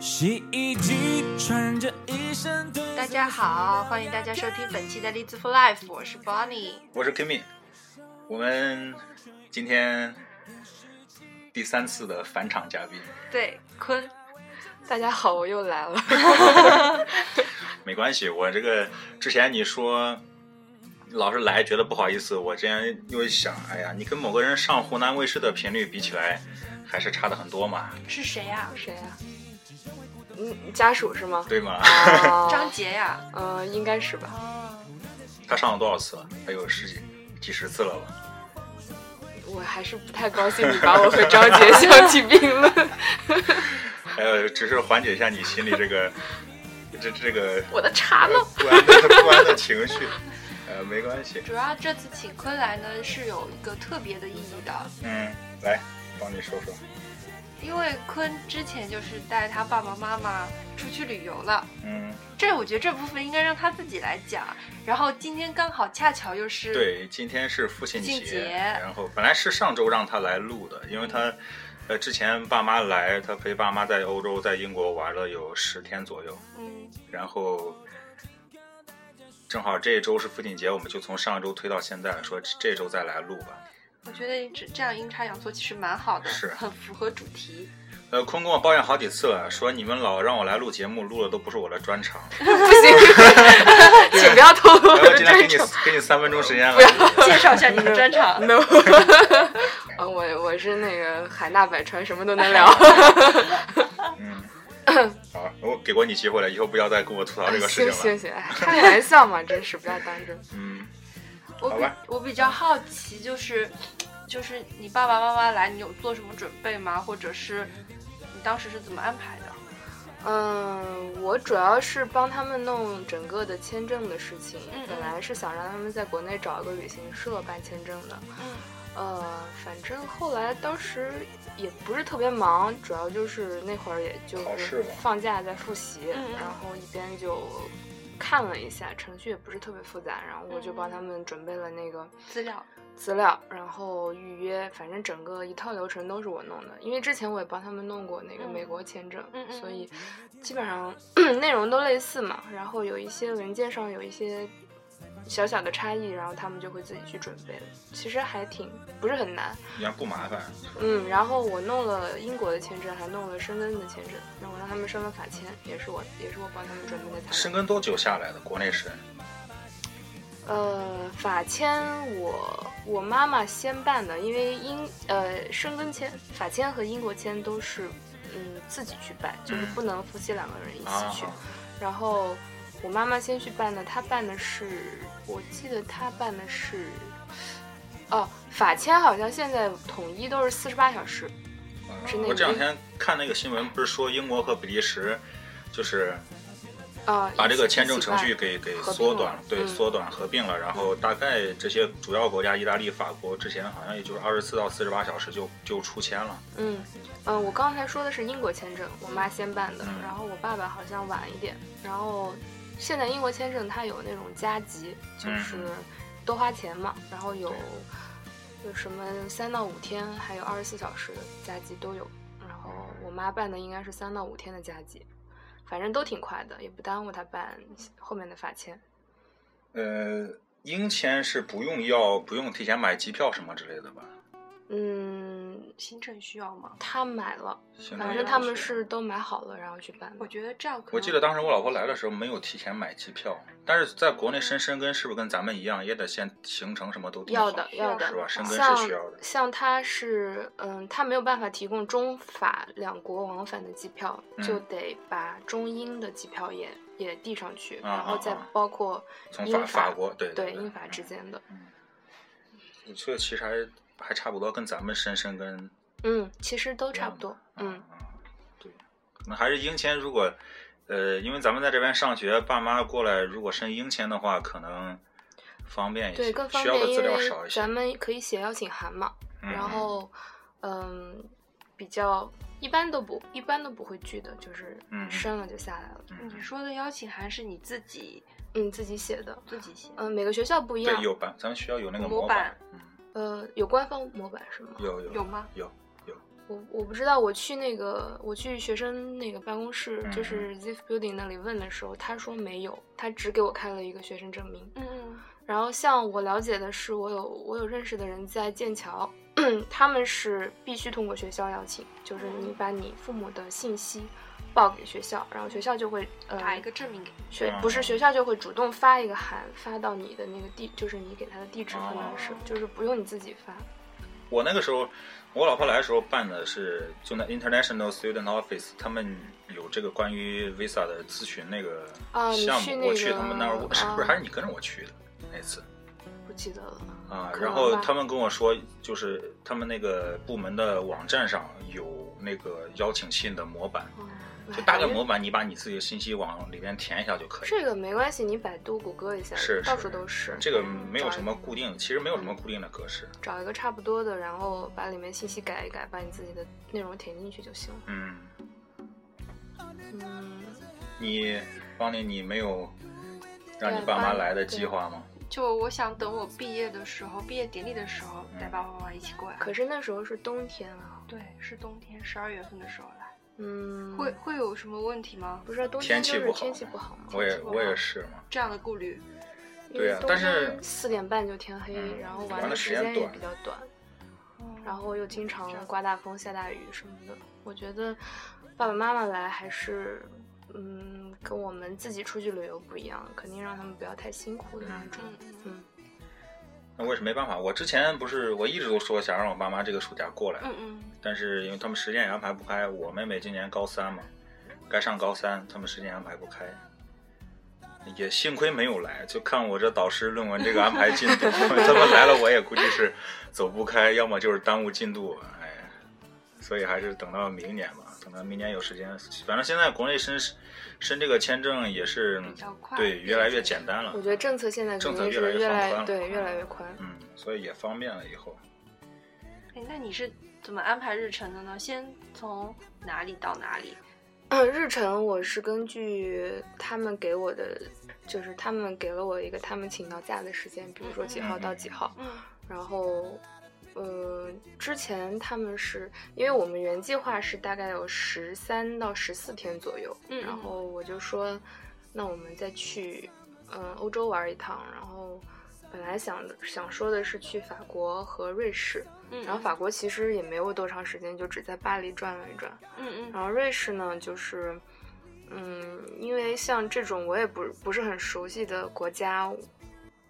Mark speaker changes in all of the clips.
Speaker 1: 洗衣机穿着一身褪色
Speaker 2: 大家好，欢迎大家收听本期的《荔枝 for Life》，我是 Bonnie。
Speaker 3: 我是 Kimi，我们今天第三次的返场嘉宾，
Speaker 2: 对，坤，大家好，我又来了。
Speaker 3: 没关系，我这个之前你说老是来觉得不好意思，我之前又想，哎呀，你跟某个人上湖南卫视的频率比起来，还是差的很多嘛，
Speaker 2: 是谁啊呀、
Speaker 4: 谁呀、嗯，家属 是吗？
Speaker 3: 对吗？
Speaker 4: 啊
Speaker 2: 张，杰呀、
Speaker 4: 嗯、应该是吧。
Speaker 3: 他上了多少次了？还有十几几十次了吧？
Speaker 4: 我还是不太高兴你把我和张杰相提并论。
Speaker 3: 还有，只是缓解一下你心里这个 这这个
Speaker 4: 我的茶呢？
Speaker 3: 不安的不安的情绪，呃，没关系，
Speaker 2: 主要这次请坤来呢是有一个特别的意义的，
Speaker 3: 嗯，来帮你说说，
Speaker 2: 因为坤之前就是带他爸爸妈妈出去旅游了。
Speaker 3: 嗯，
Speaker 2: 这我觉得这部分应该让他自己来讲，然后今天刚好恰巧又是
Speaker 3: 对，今天是父亲
Speaker 2: 父
Speaker 3: 节，
Speaker 2: 亲节
Speaker 3: 然后本来是上周让他来录的，因为他，呃，之前爸妈来，他陪爸妈在欧洲，在英国玩了有十天左右，
Speaker 2: 嗯，
Speaker 3: 然后正好这周是父亲节，我们就从上周推到现在，说这这周再来录吧。
Speaker 2: 我觉得这这样阴差阳错其实蛮好的，
Speaker 3: 是
Speaker 2: 很符合主 题。
Speaker 3: 呃，坤跟我抱怨好几次了，说你们老让我来录节目，录的都不是我的专 长。
Speaker 4: 不行，请不要透露
Speaker 3: 然
Speaker 4: 我
Speaker 3: 后
Speaker 4: 的
Speaker 3: 今天
Speaker 4: 专
Speaker 3: 给你
Speaker 4: 场。
Speaker 3: 给你三分钟时间了，
Speaker 2: 介绍一下你的专 场，
Speaker 4: no，嗯，我我是那个海纳百川，什么都能聊。
Speaker 3: 嗯，好，我给过你机会了，以后不要再跟我吐槽这个事
Speaker 4: 行
Speaker 3: 情了。
Speaker 4: 行行，哎开个玩笑嘛，真是不要当真。
Speaker 3: 嗯，
Speaker 2: 我
Speaker 3: 好
Speaker 2: 比
Speaker 3: 吧
Speaker 2: 我比较好奇，就是就是你爸爸妈妈来，你有做什么准备吗？或者是你当时是怎么安排的？
Speaker 4: 嗯，我主要是帮他们弄整个的签证的事情
Speaker 2: 嗯嗯。
Speaker 4: 本来是想让他们在国内找一个旅行社办签证的，
Speaker 2: 嗯
Speaker 4: 呃，反正后来当时也不是特别忙，主要就是那会儿也就
Speaker 3: 考试
Speaker 4: 是
Speaker 3: 嘛
Speaker 4: 放假在复习，
Speaker 2: 嗯嗯
Speaker 4: 然后一边就看了一下，程序也不是特别复杂，然后我就
Speaker 2: 嗯
Speaker 4: 帮他们准备了那个
Speaker 2: 资料，
Speaker 4: 资料，然后预约，反正整个一套流程都是我弄的，因为之前我也帮他们弄过那个
Speaker 2: 嗯
Speaker 4: 美国签证，
Speaker 2: 嗯嗯
Speaker 4: 所以基本上 内容都类似嘛，然后有一些文件上有一些小小的差异，然后他们就会自己去准备了，其实还挺不是很难，
Speaker 3: 你看不麻烦。
Speaker 4: 嗯，然后我弄了英国的签证，还弄了申根的签证，然后让他们申了法签，也是我也是我帮他们准备的材料。
Speaker 3: 深根多久下来的？国内是
Speaker 4: 呃，法签我我妈妈先办的，因为英呃申根签、法签和英国签都是嗯自己去办，就是
Speaker 3: 嗯
Speaker 4: 不能夫妻两个人一
Speaker 3: 啊
Speaker 4: 起去。，然后我妈妈先去办的，她办的是我记得她办的是哦法签好像现在统一都是四十八小时，
Speaker 3: 嗯
Speaker 4: 是那
Speaker 3: 我这两
Speaker 4: 个
Speaker 3: 天看那个新闻，不是说英国和比利时就是
Speaker 4: 啊、
Speaker 3: 把这个
Speaker 4: 一起
Speaker 3: 签证
Speaker 4: 一起
Speaker 3: 程
Speaker 4: 办
Speaker 3: 序给给
Speaker 4: 合并
Speaker 3: 缩短
Speaker 4: 了，
Speaker 3: 对，
Speaker 4: 嗯
Speaker 3: 缩短合并了。然后大概这些主要国家，意大利、法国之前好像也就是二十四到四十八小时就就出签了。
Speaker 4: 嗯，呃，我刚才说的是英国签证，我妈先办的
Speaker 3: 嗯，
Speaker 4: 然后我爸爸好像晚一点，然后现在英国签证它有那种加急，就是
Speaker 3: 嗯
Speaker 4: 多花钱嘛，然后有
Speaker 3: 对
Speaker 4: 有什么三到五天，还有二十四小时的加急都有，然后我妈办的应该是三到五天的加急，反正都挺快的，也不耽误她办后面的法签。
Speaker 3: 呃，英签是不用要不用提前买机票什么之类的吧？
Speaker 4: 嗯，
Speaker 2: 行程需要吗？
Speaker 4: 她买了，
Speaker 3: 现在也
Speaker 4: 反正
Speaker 3: 不
Speaker 4: 他们
Speaker 3: 需要
Speaker 4: 是都买好了，然后去办的。
Speaker 2: 我觉得这样可能。
Speaker 3: 我记得当时我老婆来的时候没有提前买机票，但是在国内申申根是不是跟咱们一样，也得先行程什么都定好
Speaker 4: 要的，要的，
Speaker 3: 是吧？申根
Speaker 4: 像
Speaker 3: 是需要的。
Speaker 4: 像他是，嗯，他没有办法提供中法两国往返的机票，
Speaker 3: 嗯
Speaker 4: 就得把中英的机票也也递上去，
Speaker 3: 啊
Speaker 4: 然后
Speaker 3: 啊
Speaker 4: 再
Speaker 3: 啊
Speaker 4: 包括
Speaker 3: 从
Speaker 4: 英
Speaker 3: 法
Speaker 4: 法
Speaker 3: 法国对
Speaker 4: 对
Speaker 3: 对
Speaker 4: 英法之间的，
Speaker 3: 嗯所以其实还还差不多，跟咱们申申根
Speaker 4: 嗯，其实都差不多，
Speaker 3: 一样
Speaker 4: 嗯
Speaker 3: 的。，对，那还是英签如果。呃，因为咱们在这边上学，爸妈过来如果申英签的话，可能方便一些，
Speaker 4: 对，更方
Speaker 3: 需要的
Speaker 4: 便，
Speaker 3: 资
Speaker 4: 因
Speaker 3: 料
Speaker 4: 为
Speaker 3: 少一些。
Speaker 4: 咱们可以写邀请函嘛，
Speaker 3: 嗯
Speaker 4: 然后，嗯，比较一般都不一般都不会拒的，就是
Speaker 3: 嗯
Speaker 4: 申了就下来了，
Speaker 3: 嗯
Speaker 2: 你说的邀请函是你自己
Speaker 4: 嗯，自己写的，
Speaker 2: 自己写的，
Speaker 4: 嗯，每个学校不一
Speaker 3: 对
Speaker 4: 样，
Speaker 3: 有版，咱们学校有那个
Speaker 2: 模
Speaker 3: 模板，嗯，
Speaker 4: 呃，有官方模板是吗？
Speaker 3: 有有
Speaker 2: 有吗？
Speaker 3: 有，
Speaker 4: 我我不知道，我去那个我去学生那个办公室，
Speaker 3: 嗯
Speaker 4: 就是 ZIF Building 那里问的时候，他说没有，他只给我看了一个学生证明。
Speaker 2: 嗯
Speaker 4: 然后像我了解的是，我有我有认识的人在剑桥， 他们是必须通过学校邀请，就是你把你父母的信息报给学校，然后学校就会呃
Speaker 2: 嗯，打一个证明给你。
Speaker 4: 学
Speaker 3: 啊
Speaker 4: 不是学校就会主动发一个函，发到你的那个地，就是你给他的地址，可能是
Speaker 3: 哦
Speaker 4: 就是不用你自己发。
Speaker 3: 我那个时候，我老婆来的时候办的是就那 International Student Office，他们有这个关于 Visa 的咨询那个
Speaker 4: 啊你
Speaker 3: 项目，
Speaker 4: 去那
Speaker 3: 我
Speaker 4: 个
Speaker 3: 去他们那儿，我是不是
Speaker 4: 啊
Speaker 3: 还是你跟着我去的那次
Speaker 4: 不记得了，
Speaker 3: 啊
Speaker 4: 可？能
Speaker 3: 然后
Speaker 4: 吧
Speaker 3: 他们跟我说，就是他们那个部门的网站上有那个邀请信的模板，
Speaker 4: 哦
Speaker 3: 就大概
Speaker 4: 反正
Speaker 3: 模板，你把你自己的信息往里面填一下就可以。
Speaker 4: 这个没关系，你百度、谷歌一下，
Speaker 3: 是
Speaker 4: 到处都是。
Speaker 3: 这个没有
Speaker 4: 找
Speaker 3: 什么固定，其实没有什么固定的格式。
Speaker 4: 找一个差不多的，然后把里面信息改一改，把你自己的内容填进去就行了。
Speaker 3: 嗯，
Speaker 4: 嗯，
Speaker 3: 你方丽，你没有让你
Speaker 4: 对
Speaker 3: 爸妈
Speaker 4: 帮
Speaker 3: 来的
Speaker 4: 对
Speaker 3: 计划吗？
Speaker 2: 就我想等我毕业的时候，毕业典礼的时
Speaker 3: 嗯
Speaker 2: 候带爸爸妈妈一起过来。
Speaker 4: 可是那时候是冬天啊，
Speaker 2: 对，是冬天十二月份的时候来，
Speaker 4: 嗯，
Speaker 2: 会会有什么问题吗？
Speaker 4: 不是啊冬
Speaker 3: 天
Speaker 4: 天
Speaker 3: 气
Speaker 4: 就
Speaker 3: 不
Speaker 4: 是
Speaker 3: 好
Speaker 4: 天气不好吗？
Speaker 3: 我也
Speaker 2: 计划
Speaker 3: 我也是嘛，
Speaker 2: 这样的顾虑，
Speaker 4: 因
Speaker 3: 对
Speaker 4: 为
Speaker 3: 啊
Speaker 4: 冬
Speaker 3: 但是
Speaker 4: 天四点半就天黑，
Speaker 3: 嗯
Speaker 4: 然后
Speaker 3: 玩
Speaker 4: 玩
Speaker 3: 的
Speaker 4: 的
Speaker 3: 时
Speaker 4: 时
Speaker 3: 间
Speaker 4: 间也
Speaker 3: 短
Speaker 4: 比较短，
Speaker 2: 嗯
Speaker 4: 然后又经常
Speaker 2: 这样
Speaker 4: 刮大风、下大雨什么的。我觉得爸爸妈妈来还是，嗯，跟我们自己出去旅游不一样，肯定让他们不要太辛苦的那种。
Speaker 2: 嗯嗯
Speaker 4: 嗯，
Speaker 3: 那我也是没办法。我之前不是我一直都说想让我爸妈这个暑假过来，
Speaker 2: 嗯嗯
Speaker 3: 但是因为他们时间也安排不开。我妹妹今年高三嘛，该上高三，他们时间安排不开，也幸亏没有来。就看我这导师论文这个安排进度， 他们来了我也估计是走不开，要么就是耽误进度。哎，所以还是等到明年吧，等到明年有时间。反正现在国内申申这个签证也是
Speaker 2: 比较快
Speaker 3: 对越来越简单了
Speaker 4: 我。觉得政策现在肯
Speaker 3: 政策
Speaker 4: 定
Speaker 3: 越来越
Speaker 4: 是越
Speaker 3: 放宽
Speaker 4: 来
Speaker 3: 了
Speaker 4: 对越来越宽。
Speaker 3: 嗯，所以也方便了以后。
Speaker 2: 嗯。哎，那你是怎么安排日程的呢？先从哪里到哪里？
Speaker 4: 日程我是根据他们给我的，就是他们给了我一个他们请到假的时间，比如说几号到几号，
Speaker 2: 嗯
Speaker 4: 然后。呃，之前他们是因为我们原计划是大概有十三到十四天左右，
Speaker 2: 嗯嗯
Speaker 4: 然后我就说，那我们再去嗯、呃欧洲玩一趟，然后本来想想说的是去法国和瑞士，
Speaker 2: 嗯，
Speaker 4: 然后法国其实也没有多长时间，就只在巴黎转了一转，
Speaker 2: 嗯嗯
Speaker 4: 然后瑞士呢，就是，嗯，因为像这种我也不不是很熟悉的国家，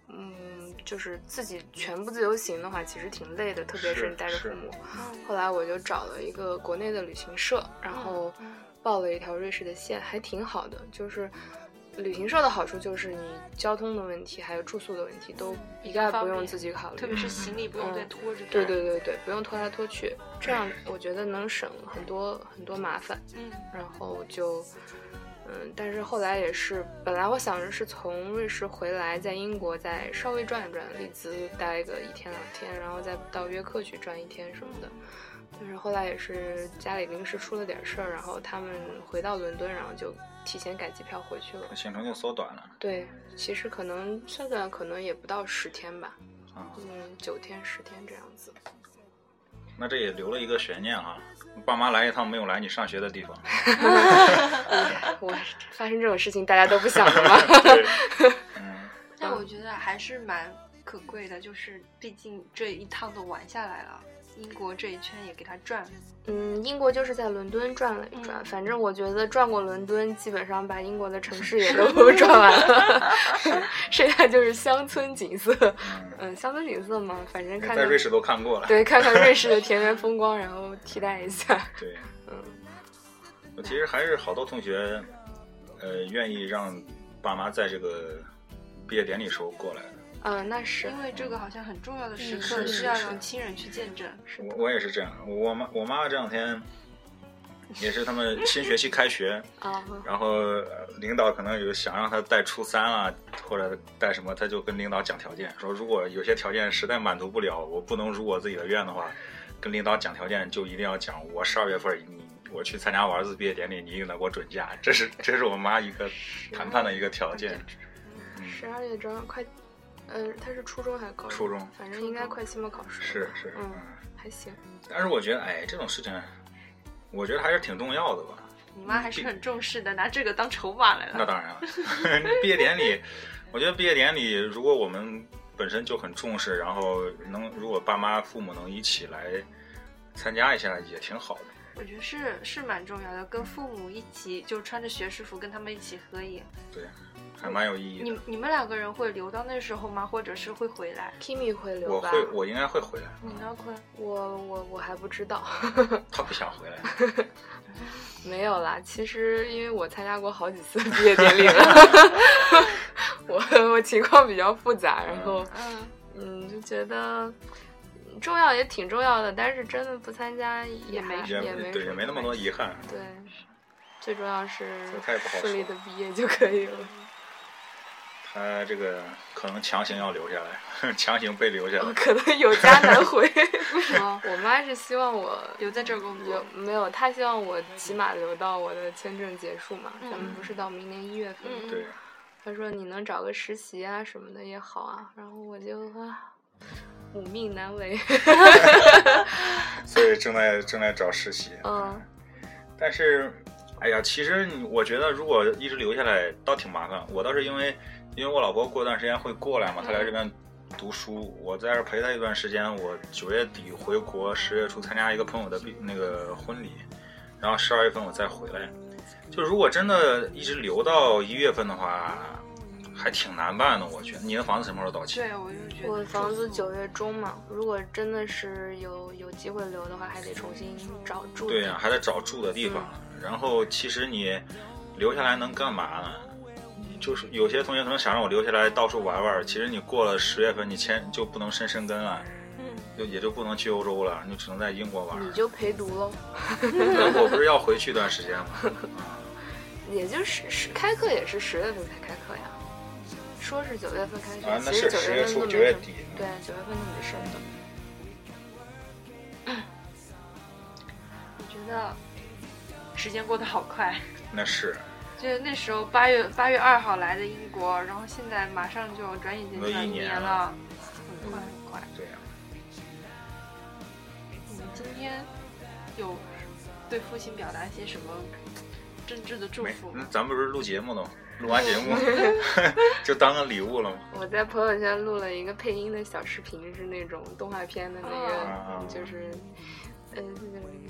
Speaker 4: 嗯，就是自己全部自由行的话，其实挺累的，特别
Speaker 3: 是
Speaker 4: 是你带着
Speaker 3: 是
Speaker 4: 父母。
Speaker 2: 嗯
Speaker 4: 后来我就找了一个国内的旅行社，然后
Speaker 2: 嗯
Speaker 4: 报了一条瑞士的线，还挺好的。就是旅行社的好处就是你交通的问题还有住宿的问题都一概不用自己考虑，
Speaker 2: 特别是行李不用再拖着。
Speaker 4: 嗯对，对对对，不用拖来拖去，这样我觉得能省很多很多麻烦。
Speaker 2: 嗯
Speaker 4: 然后就，嗯，但是后来也是，本来我想着是从瑞士回来，在英国再稍微转一转，利兹待个一天两天，然后再到约克去转一天什么的。但是后来也是家里临时出了点事儿，然后他们回到伦敦，然后就提前改机票回去了。
Speaker 3: 行程就缩短了
Speaker 4: 对，其实可能算算，可能也不到十天吧，
Speaker 3: 啊。
Speaker 4: 嗯，九天十天这样子。
Speaker 3: 那这也留了一个悬念啊！爸妈来一趟没有来你上学的 地方，
Speaker 4: 我发生这种事情，大家都不想的吗？
Speaker 3: 嗯，
Speaker 2: 但我觉得还是蛮可贵的，就是毕竟这一趟都玩下来了，英国这一圈也给他转了。
Speaker 4: 嗯，英国就是在伦敦转了一转，
Speaker 2: 嗯
Speaker 4: 反正我觉得转过伦敦，基本上把英国的城市也 都转完了，剩下就是乡村景色。嗯，乡村景色嘛，反正看
Speaker 3: 在
Speaker 4: 看
Speaker 3: 瑞士都看过了。
Speaker 4: 对，看看瑞士的田园风光，然后替代一下。
Speaker 3: 对，
Speaker 4: 嗯，
Speaker 3: 我其实还是好多同学，呃，愿意让爸妈在这个毕业典礼时候过来的。
Speaker 4: 嗯，那是
Speaker 2: 因为这个好像很重要的时
Speaker 4: 是
Speaker 2: 刻
Speaker 4: 是
Speaker 2: 需要
Speaker 3: 是
Speaker 2: 让亲人去见证。
Speaker 3: 我我也是这样，我妈我妈妈这两天也是他们新学期开学，
Speaker 4: 啊，
Speaker 3: 然后呃领导可能有想让他带初三啊，或者带什么，他就跟领导讲条件，说如果有些条件实在满足不了，我不能如我自己的愿的话，跟领导讲条件就一定要讲我十二月份儿你我去参加我儿子毕业典礼，你一定得给我准假，这是这是我妈一个谈判的一个条件。嗯
Speaker 4: 十二月中快，呃，他是初中还是高中？
Speaker 3: 初中
Speaker 4: 反正应该快期末考试了。
Speaker 3: 是是，
Speaker 4: 嗯
Speaker 3: 嗯，
Speaker 4: 还行。
Speaker 3: 但是我觉得，哎，这种事情，我觉得还是挺重要的吧。
Speaker 2: 你妈还是很重视的，拿这个当筹码来
Speaker 3: 那
Speaker 2: 了。
Speaker 3: 当然了， 毕业典礼，我觉得毕业典礼，如果我们本身就很重视，然后能如果爸妈父母能一起来参加一下，也挺好的。
Speaker 2: 我觉得是是蛮重要的，跟父母一起就穿着学士服跟他们一起合影。
Speaker 3: 对，还
Speaker 4: 嗯
Speaker 3: 蛮有意义的。
Speaker 2: 你你们两个人会留到那时候吗？或者是会回来？
Speaker 4: Kimi 会留
Speaker 3: 我
Speaker 4: 吧？
Speaker 3: 会，我应该会回来。
Speaker 2: 你呢，坤？
Speaker 4: 我我我还不知道，
Speaker 3: 他不想回 来，
Speaker 4: 没有啦。其实因为我参加过好几次 毕业典礼 了，我我 情况比较复杂，然后
Speaker 2: 嗯，
Speaker 4: 嗯就觉得嗯重要也挺重要的，但是真的不参加也
Speaker 2: 也没
Speaker 4: 还
Speaker 3: 也
Speaker 4: 也没
Speaker 3: 对，
Speaker 4: 什
Speaker 3: 也没那么多
Speaker 4: 关系
Speaker 3: 遗憾。
Speaker 4: 对。最重要是
Speaker 3: 这他也不好
Speaker 4: 顺利
Speaker 3: 说
Speaker 4: 的毕业就可以了。
Speaker 3: 他这个可能强行要留下来， 强行被留下
Speaker 4: 我
Speaker 3: 来。
Speaker 4: 哦可能有家 难回。
Speaker 2: 为什么
Speaker 4: 我妈是希望我
Speaker 2: 留在这儿工
Speaker 4: 有
Speaker 2: 作？
Speaker 4: 没有？她希望我起码留到我的签证结束嘛。
Speaker 2: 嗯
Speaker 4: 咱们不是到明年一月份吗？
Speaker 2: 嗯
Speaker 3: 对，
Speaker 4: 她说你能找个实习啊什么的也好啊。然后我就啊，母命难违。
Speaker 3: 所以正在正在找实习。
Speaker 4: 嗯，
Speaker 3: 但是，哎呀，其实你我觉得如果一直留下来，倒挺麻烦。我倒是因为，因为我老婆过段时间会过来嘛，她来这边读书，我在这陪她一段时间。我九月底回国，十月初参加一个朋友的毕那个婚礼，然后十二月份我再回来。就如果真的一直留到一月份的话，还挺难办的。我觉得你的房子什么时候到期？
Speaker 2: 对，啊我就觉得
Speaker 4: 我房子
Speaker 2: 住宿
Speaker 4: 九月中嘛，如果真的是有有机会留的话，还得重新找住。
Speaker 3: 对呀、啊还在找住的地方。然后其实你留下来能干嘛呢？就是有些同学可能想让我留下来到处玩玩，其实你过了十月份，你签就不能申申根了，
Speaker 2: 嗯，
Speaker 3: 就也就不能去欧洲了，你就只能在英国玩。
Speaker 4: 你就陪读喽，
Speaker 3: 那我不是要回去一段时间吗？
Speaker 4: 也就是十开课也是十月份才开课呀。说是九月份开学，
Speaker 3: 啊，那
Speaker 4: 其
Speaker 3: 是
Speaker 4: 实九
Speaker 3: 十
Speaker 4: 月
Speaker 3: 月
Speaker 4: 份都
Speaker 3: 初
Speaker 4: 没
Speaker 3: 九月
Speaker 4: 什么
Speaker 3: 底。
Speaker 4: 对，九月份就没事儿了。
Speaker 2: 我觉得时间过得好快。
Speaker 3: 那是，
Speaker 2: 就是那时候八月八月二号来的英国，然后现在马上就转眼间就
Speaker 3: 都一
Speaker 2: 要
Speaker 3: 年
Speaker 2: 年
Speaker 3: 了
Speaker 2: 了，很快很快。
Speaker 3: 对啊呀、
Speaker 2: 你们今天有对父亲表达一些什么真挚的祝
Speaker 3: 没
Speaker 2: 福，
Speaker 3: 嗯
Speaker 2: 吗？
Speaker 3: 咱们不是录啊节目的吗？录完节目就当个礼物了吗？
Speaker 4: 我在朋友圈录了一个配音的小视频，是那种动画片的那
Speaker 3: 啊
Speaker 4: 个，就是，呃，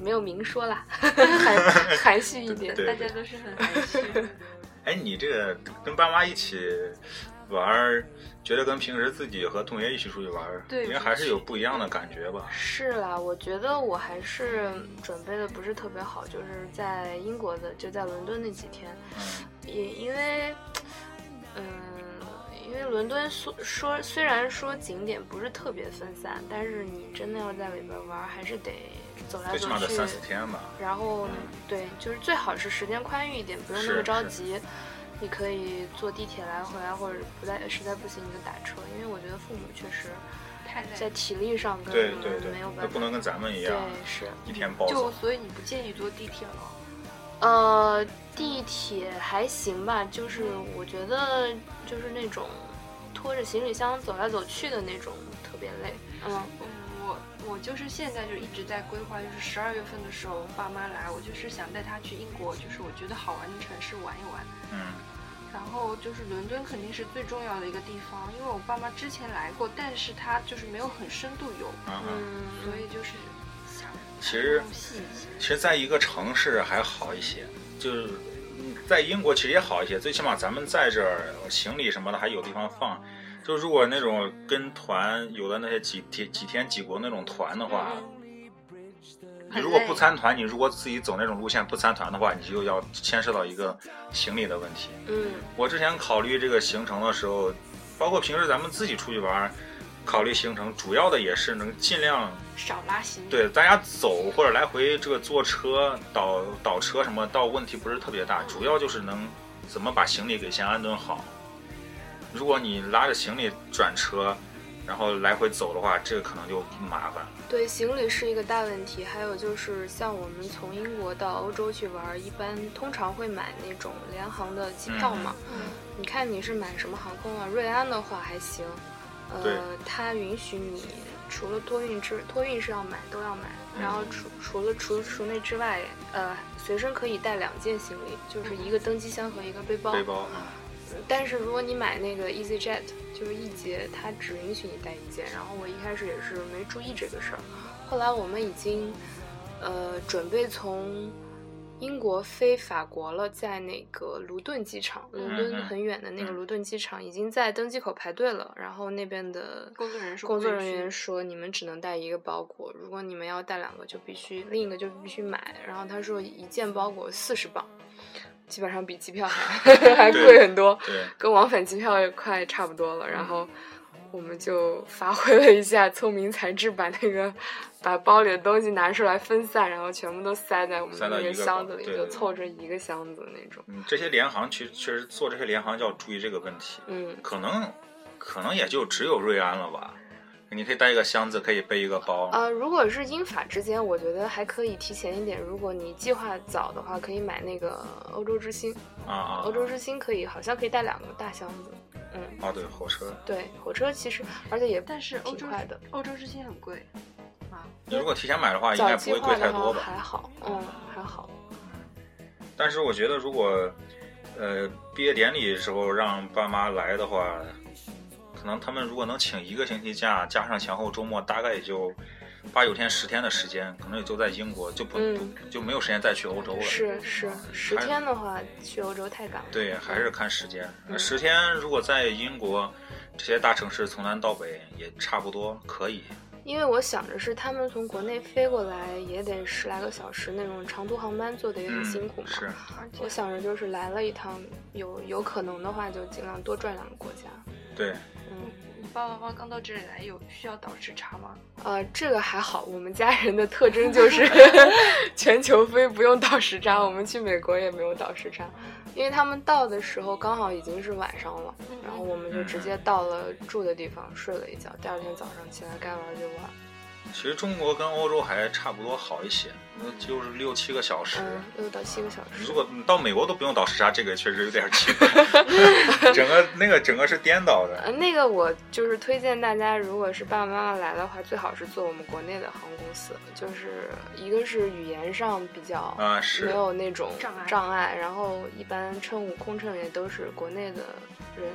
Speaker 4: 没有明说 啦，含含蓄一点。
Speaker 3: 对
Speaker 2: 大家都是很含蓄。
Speaker 3: 哎，你这个跟爸妈一起玩儿，觉得跟平时自己和同学一起出去玩儿，
Speaker 2: 对
Speaker 3: 应该还是有不一样的感觉吧？
Speaker 4: 是啦，我觉得我还是准备的不是特别好，就是在英国的，就在伦敦那几天，
Speaker 3: 嗯，
Speaker 4: 也因为，嗯，因为伦敦说说虽然说景点不是特别分散，但是你真的要在里边玩儿，还是得走来
Speaker 3: 最起
Speaker 4: 走
Speaker 3: 码得
Speaker 4: 去，
Speaker 3: 三四天吧。
Speaker 4: 然后对，就是最好是时间宽裕一点，不用那
Speaker 3: 是
Speaker 4: 么着
Speaker 3: 是
Speaker 4: 急。你可以坐地铁来回啊，或者不在实在不行你就打车，因为我觉得父母确实
Speaker 2: 太累
Speaker 4: 在
Speaker 2: 了。
Speaker 4: 体力上跟
Speaker 3: 对
Speaker 4: 我
Speaker 3: 对
Speaker 4: 们
Speaker 3: 对
Speaker 4: 嗯没有，办
Speaker 3: 那
Speaker 4: 法。
Speaker 3: 不能跟咱们一样，
Speaker 4: 对是，
Speaker 3: 一天包
Speaker 2: 就
Speaker 3: 走。
Speaker 2: 所以你不建议坐地铁了？
Speaker 4: 呃，地铁还行吧，就是我觉得就是那种拖着行李箱走来走去的那种特别累。嗯，
Speaker 2: 嗯我我就是现在就一直在规划，就是十二月份的时候爸妈来，我就是想带他去英国，就是我觉得好玩的城市玩一玩。
Speaker 3: 嗯，
Speaker 2: 然后就是伦敦肯定是最重要的一个地方，因为我爸妈之前来过，但是他就是没有很深度游，
Speaker 3: 啊、嗯，
Speaker 4: 嗯，
Speaker 2: 所以就是想
Speaker 3: 其实
Speaker 2: 弄细一些。
Speaker 3: 其实在一个城市还好一些，就是嗯在英国其实也好一些，最起码咱们在这儿行李什么的还有地方放。就如果那种跟团有的那些几天几天几国那种团的话，你如果不参团，你如果自己走那种路线不参团的话，你就要牵涉到一个行李的问题。
Speaker 4: 嗯，
Speaker 3: 我之前考虑这个行程的时候，包括平时咱们自己出去玩，考虑行程主要的也是能尽量
Speaker 2: 少拉行李，
Speaker 3: 对大家走或者来回这个坐车倒倒车什么，倒问题不是特别大，主要就是能怎么把行李给先安顿好。如果你拉着行李转车，然后来回走的话，这个可能就麻烦了。
Speaker 4: 对，行李是一个大问题。还有就是像我们从英国到欧洲去玩儿，一般通常会买那种联航的机票嘛。
Speaker 2: 嗯，
Speaker 4: 你看你是买什么航空啊？瑞安的话还行，
Speaker 3: 对
Speaker 4: 呃，它允许你除了托运之托运是要买都要买，然后除除了除除那之外，呃，随身可以带两件行李，就是一个登机箱和一个背包。
Speaker 3: 背包，嗯
Speaker 4: 但是如果你买那个 EasyJet，就是易捷，它只允许你带一件。然后我一开始也是没注意这个事儿，后来我们已经，呃，准备从英国飞法国了，在那个卢顿机场，
Speaker 2: 嗯
Speaker 4: 伦敦很远的那个卢顿机场，已经在登机口排队了。然后那边的
Speaker 2: 工作人员说
Speaker 4: 工作
Speaker 2: 不允
Speaker 4: 人
Speaker 2: 许
Speaker 4: 员说你们只能带一个包裹，如果你们要带两个，就必须另一个就必须买。然后他说一件包裹四十磅，基本上比机票还 还贵很多。
Speaker 3: 对，
Speaker 4: 跟往返机票也快差不多了，然后我们就发挥了一下聪明才智，把那个把包里的东西拿出来分散，然后全部都塞在我们
Speaker 3: 塞
Speaker 4: 的
Speaker 3: 到
Speaker 4: 那
Speaker 3: 一个
Speaker 4: 箱子里，
Speaker 3: 对
Speaker 4: 就凑着一个箱子那种。
Speaker 3: 嗯，这些联航其实确实做这些联航就要注意这个问题，
Speaker 4: 嗯，
Speaker 3: 可能可能也就只有瑞安了吧，你可以带一个箱子，可以背一个包，
Speaker 4: 呃，如果是英法之间，我觉得还可以提前一点。如果你计划早的话，可以买那个欧洲之星，
Speaker 3: 啊啊，
Speaker 4: 欧洲之星可以好像可以带两个大箱子。嗯，
Speaker 3: 啊对，火车，
Speaker 4: 对，火车其实而且也
Speaker 2: 但是欧洲
Speaker 4: 挺快的，
Speaker 2: 欧洲之星很贵啊，
Speaker 3: 你如果提前买的话，应
Speaker 4: 早
Speaker 3: 该不
Speaker 4: 计
Speaker 3: 会
Speaker 4: 划
Speaker 3: 贵太
Speaker 4: 的
Speaker 3: 多
Speaker 4: 话
Speaker 3: 吧？
Speaker 4: 还好，嗯，还好。
Speaker 3: 但是我觉得，如果呃毕业典礼的时候让爸妈来的话，可能他们如果能请一个星期假，加上前后周末，大概也就八九天、十天的时间，可能也就在英国，就不、
Speaker 4: 嗯
Speaker 3: 不就没有时间再去欧洲了。嗯
Speaker 4: 是是，十天的话去欧洲太赶了。
Speaker 3: 对，还是看时间。
Speaker 4: 嗯
Speaker 3: 十天如果在英国这些大城市从南到北也差不多可以。
Speaker 4: 因为我想着是他们从国内飞过来也得十来个小时，那种长途航班坐的也很
Speaker 3: 嗯，
Speaker 4: 辛苦嘛。
Speaker 3: 是，
Speaker 2: 而且
Speaker 4: 啊我想着就是来了一趟，有有可能的话就尽量多转两个国家。
Speaker 3: 对，
Speaker 4: 嗯，
Speaker 2: 你爸爸妈妈刚到这里来，有需要倒时差吗？
Speaker 4: 呃，这个还好，我们家人的特征就是 全球飞不用倒时差，我们去美国也没有倒时差，因为他们到的时候刚好已经是晚上了，然后我们就
Speaker 3: 嗯
Speaker 4: 直接到了住的地方睡了一觉，第二天早上起来该玩就玩。
Speaker 3: 其实中国跟欧洲还差不多好一些，那就是六七个小时。
Speaker 4: 嗯，六到七个小时。
Speaker 3: 如果你到美国都不用倒时差，这个确实有点奇 怪。整个那个整个是颠倒的。
Speaker 4: 呃，那个我就是推荐大家，如果是爸爸妈妈来的话，最好是坐我们国内的航空公司，就是一个是语言上比较
Speaker 3: 啊，是
Speaker 4: 没，有那种
Speaker 2: 障碍
Speaker 4: 障碍，然后一般乘务空乘也都是国内的人，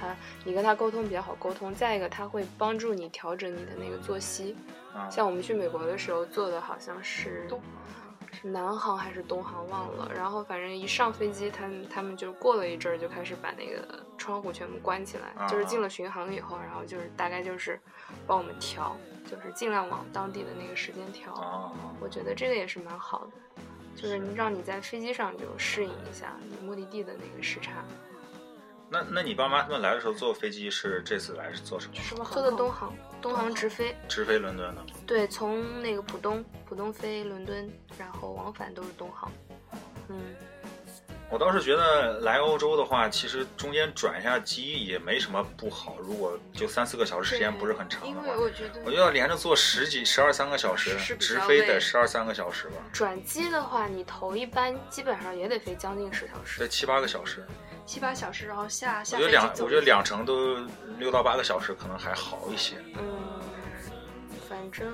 Speaker 4: 他你跟他沟通比较好沟通，再一个他会帮助你调整你的那个作息，
Speaker 3: 啊，
Speaker 4: 像我们去美国的时候坐的好像是
Speaker 2: 东
Speaker 4: 是南航还是东航忘了，然后反正一上飞机，他们他们就过了一阵儿就开始把那个窗户全部关起来，
Speaker 3: 啊
Speaker 4: 就是进了巡航以后，然后就是大概就是帮我们调，就是尽量往当地的那个时间调。
Speaker 3: 啊，
Speaker 4: 我觉得这个也是蛮好的，就是
Speaker 3: 是
Speaker 4: 让你在飞机上就适应一下你目的地的那个时差。
Speaker 3: 那那你爸妈他们来的时候坐飞机是这次来是坐什么？
Speaker 2: 什么航
Speaker 4: 坐的
Speaker 2: 空
Speaker 4: 东航，东航直飞，
Speaker 3: 直飞伦敦的吗？
Speaker 4: 对，从那个浦东，浦东飞伦敦，然后往返都是东航。
Speaker 3: 啊
Speaker 4: 嗯，
Speaker 3: 我倒是觉得来欧洲的话，其实中间转一下机也没什么不好，如果就三四个小时时间不是很长
Speaker 2: 因
Speaker 3: 的
Speaker 2: 为
Speaker 3: 话。
Speaker 2: 我觉得
Speaker 3: 我觉得连着坐十几、十二三个小时
Speaker 2: 是，比较
Speaker 3: 直飞
Speaker 2: 累
Speaker 3: 得十二三个小时吧，
Speaker 4: 转机的话，你头一班基本上也得飞将近十小
Speaker 3: 这
Speaker 4: 时。
Speaker 3: 七八个小时。
Speaker 2: 七八小时，然后下
Speaker 3: 我
Speaker 2: 下
Speaker 3: 觉得
Speaker 2: 飞
Speaker 3: 两，
Speaker 2: 机
Speaker 3: 我
Speaker 2: 走
Speaker 3: 觉得两程都六到八个小时可能还好一些。
Speaker 4: 嗯，反正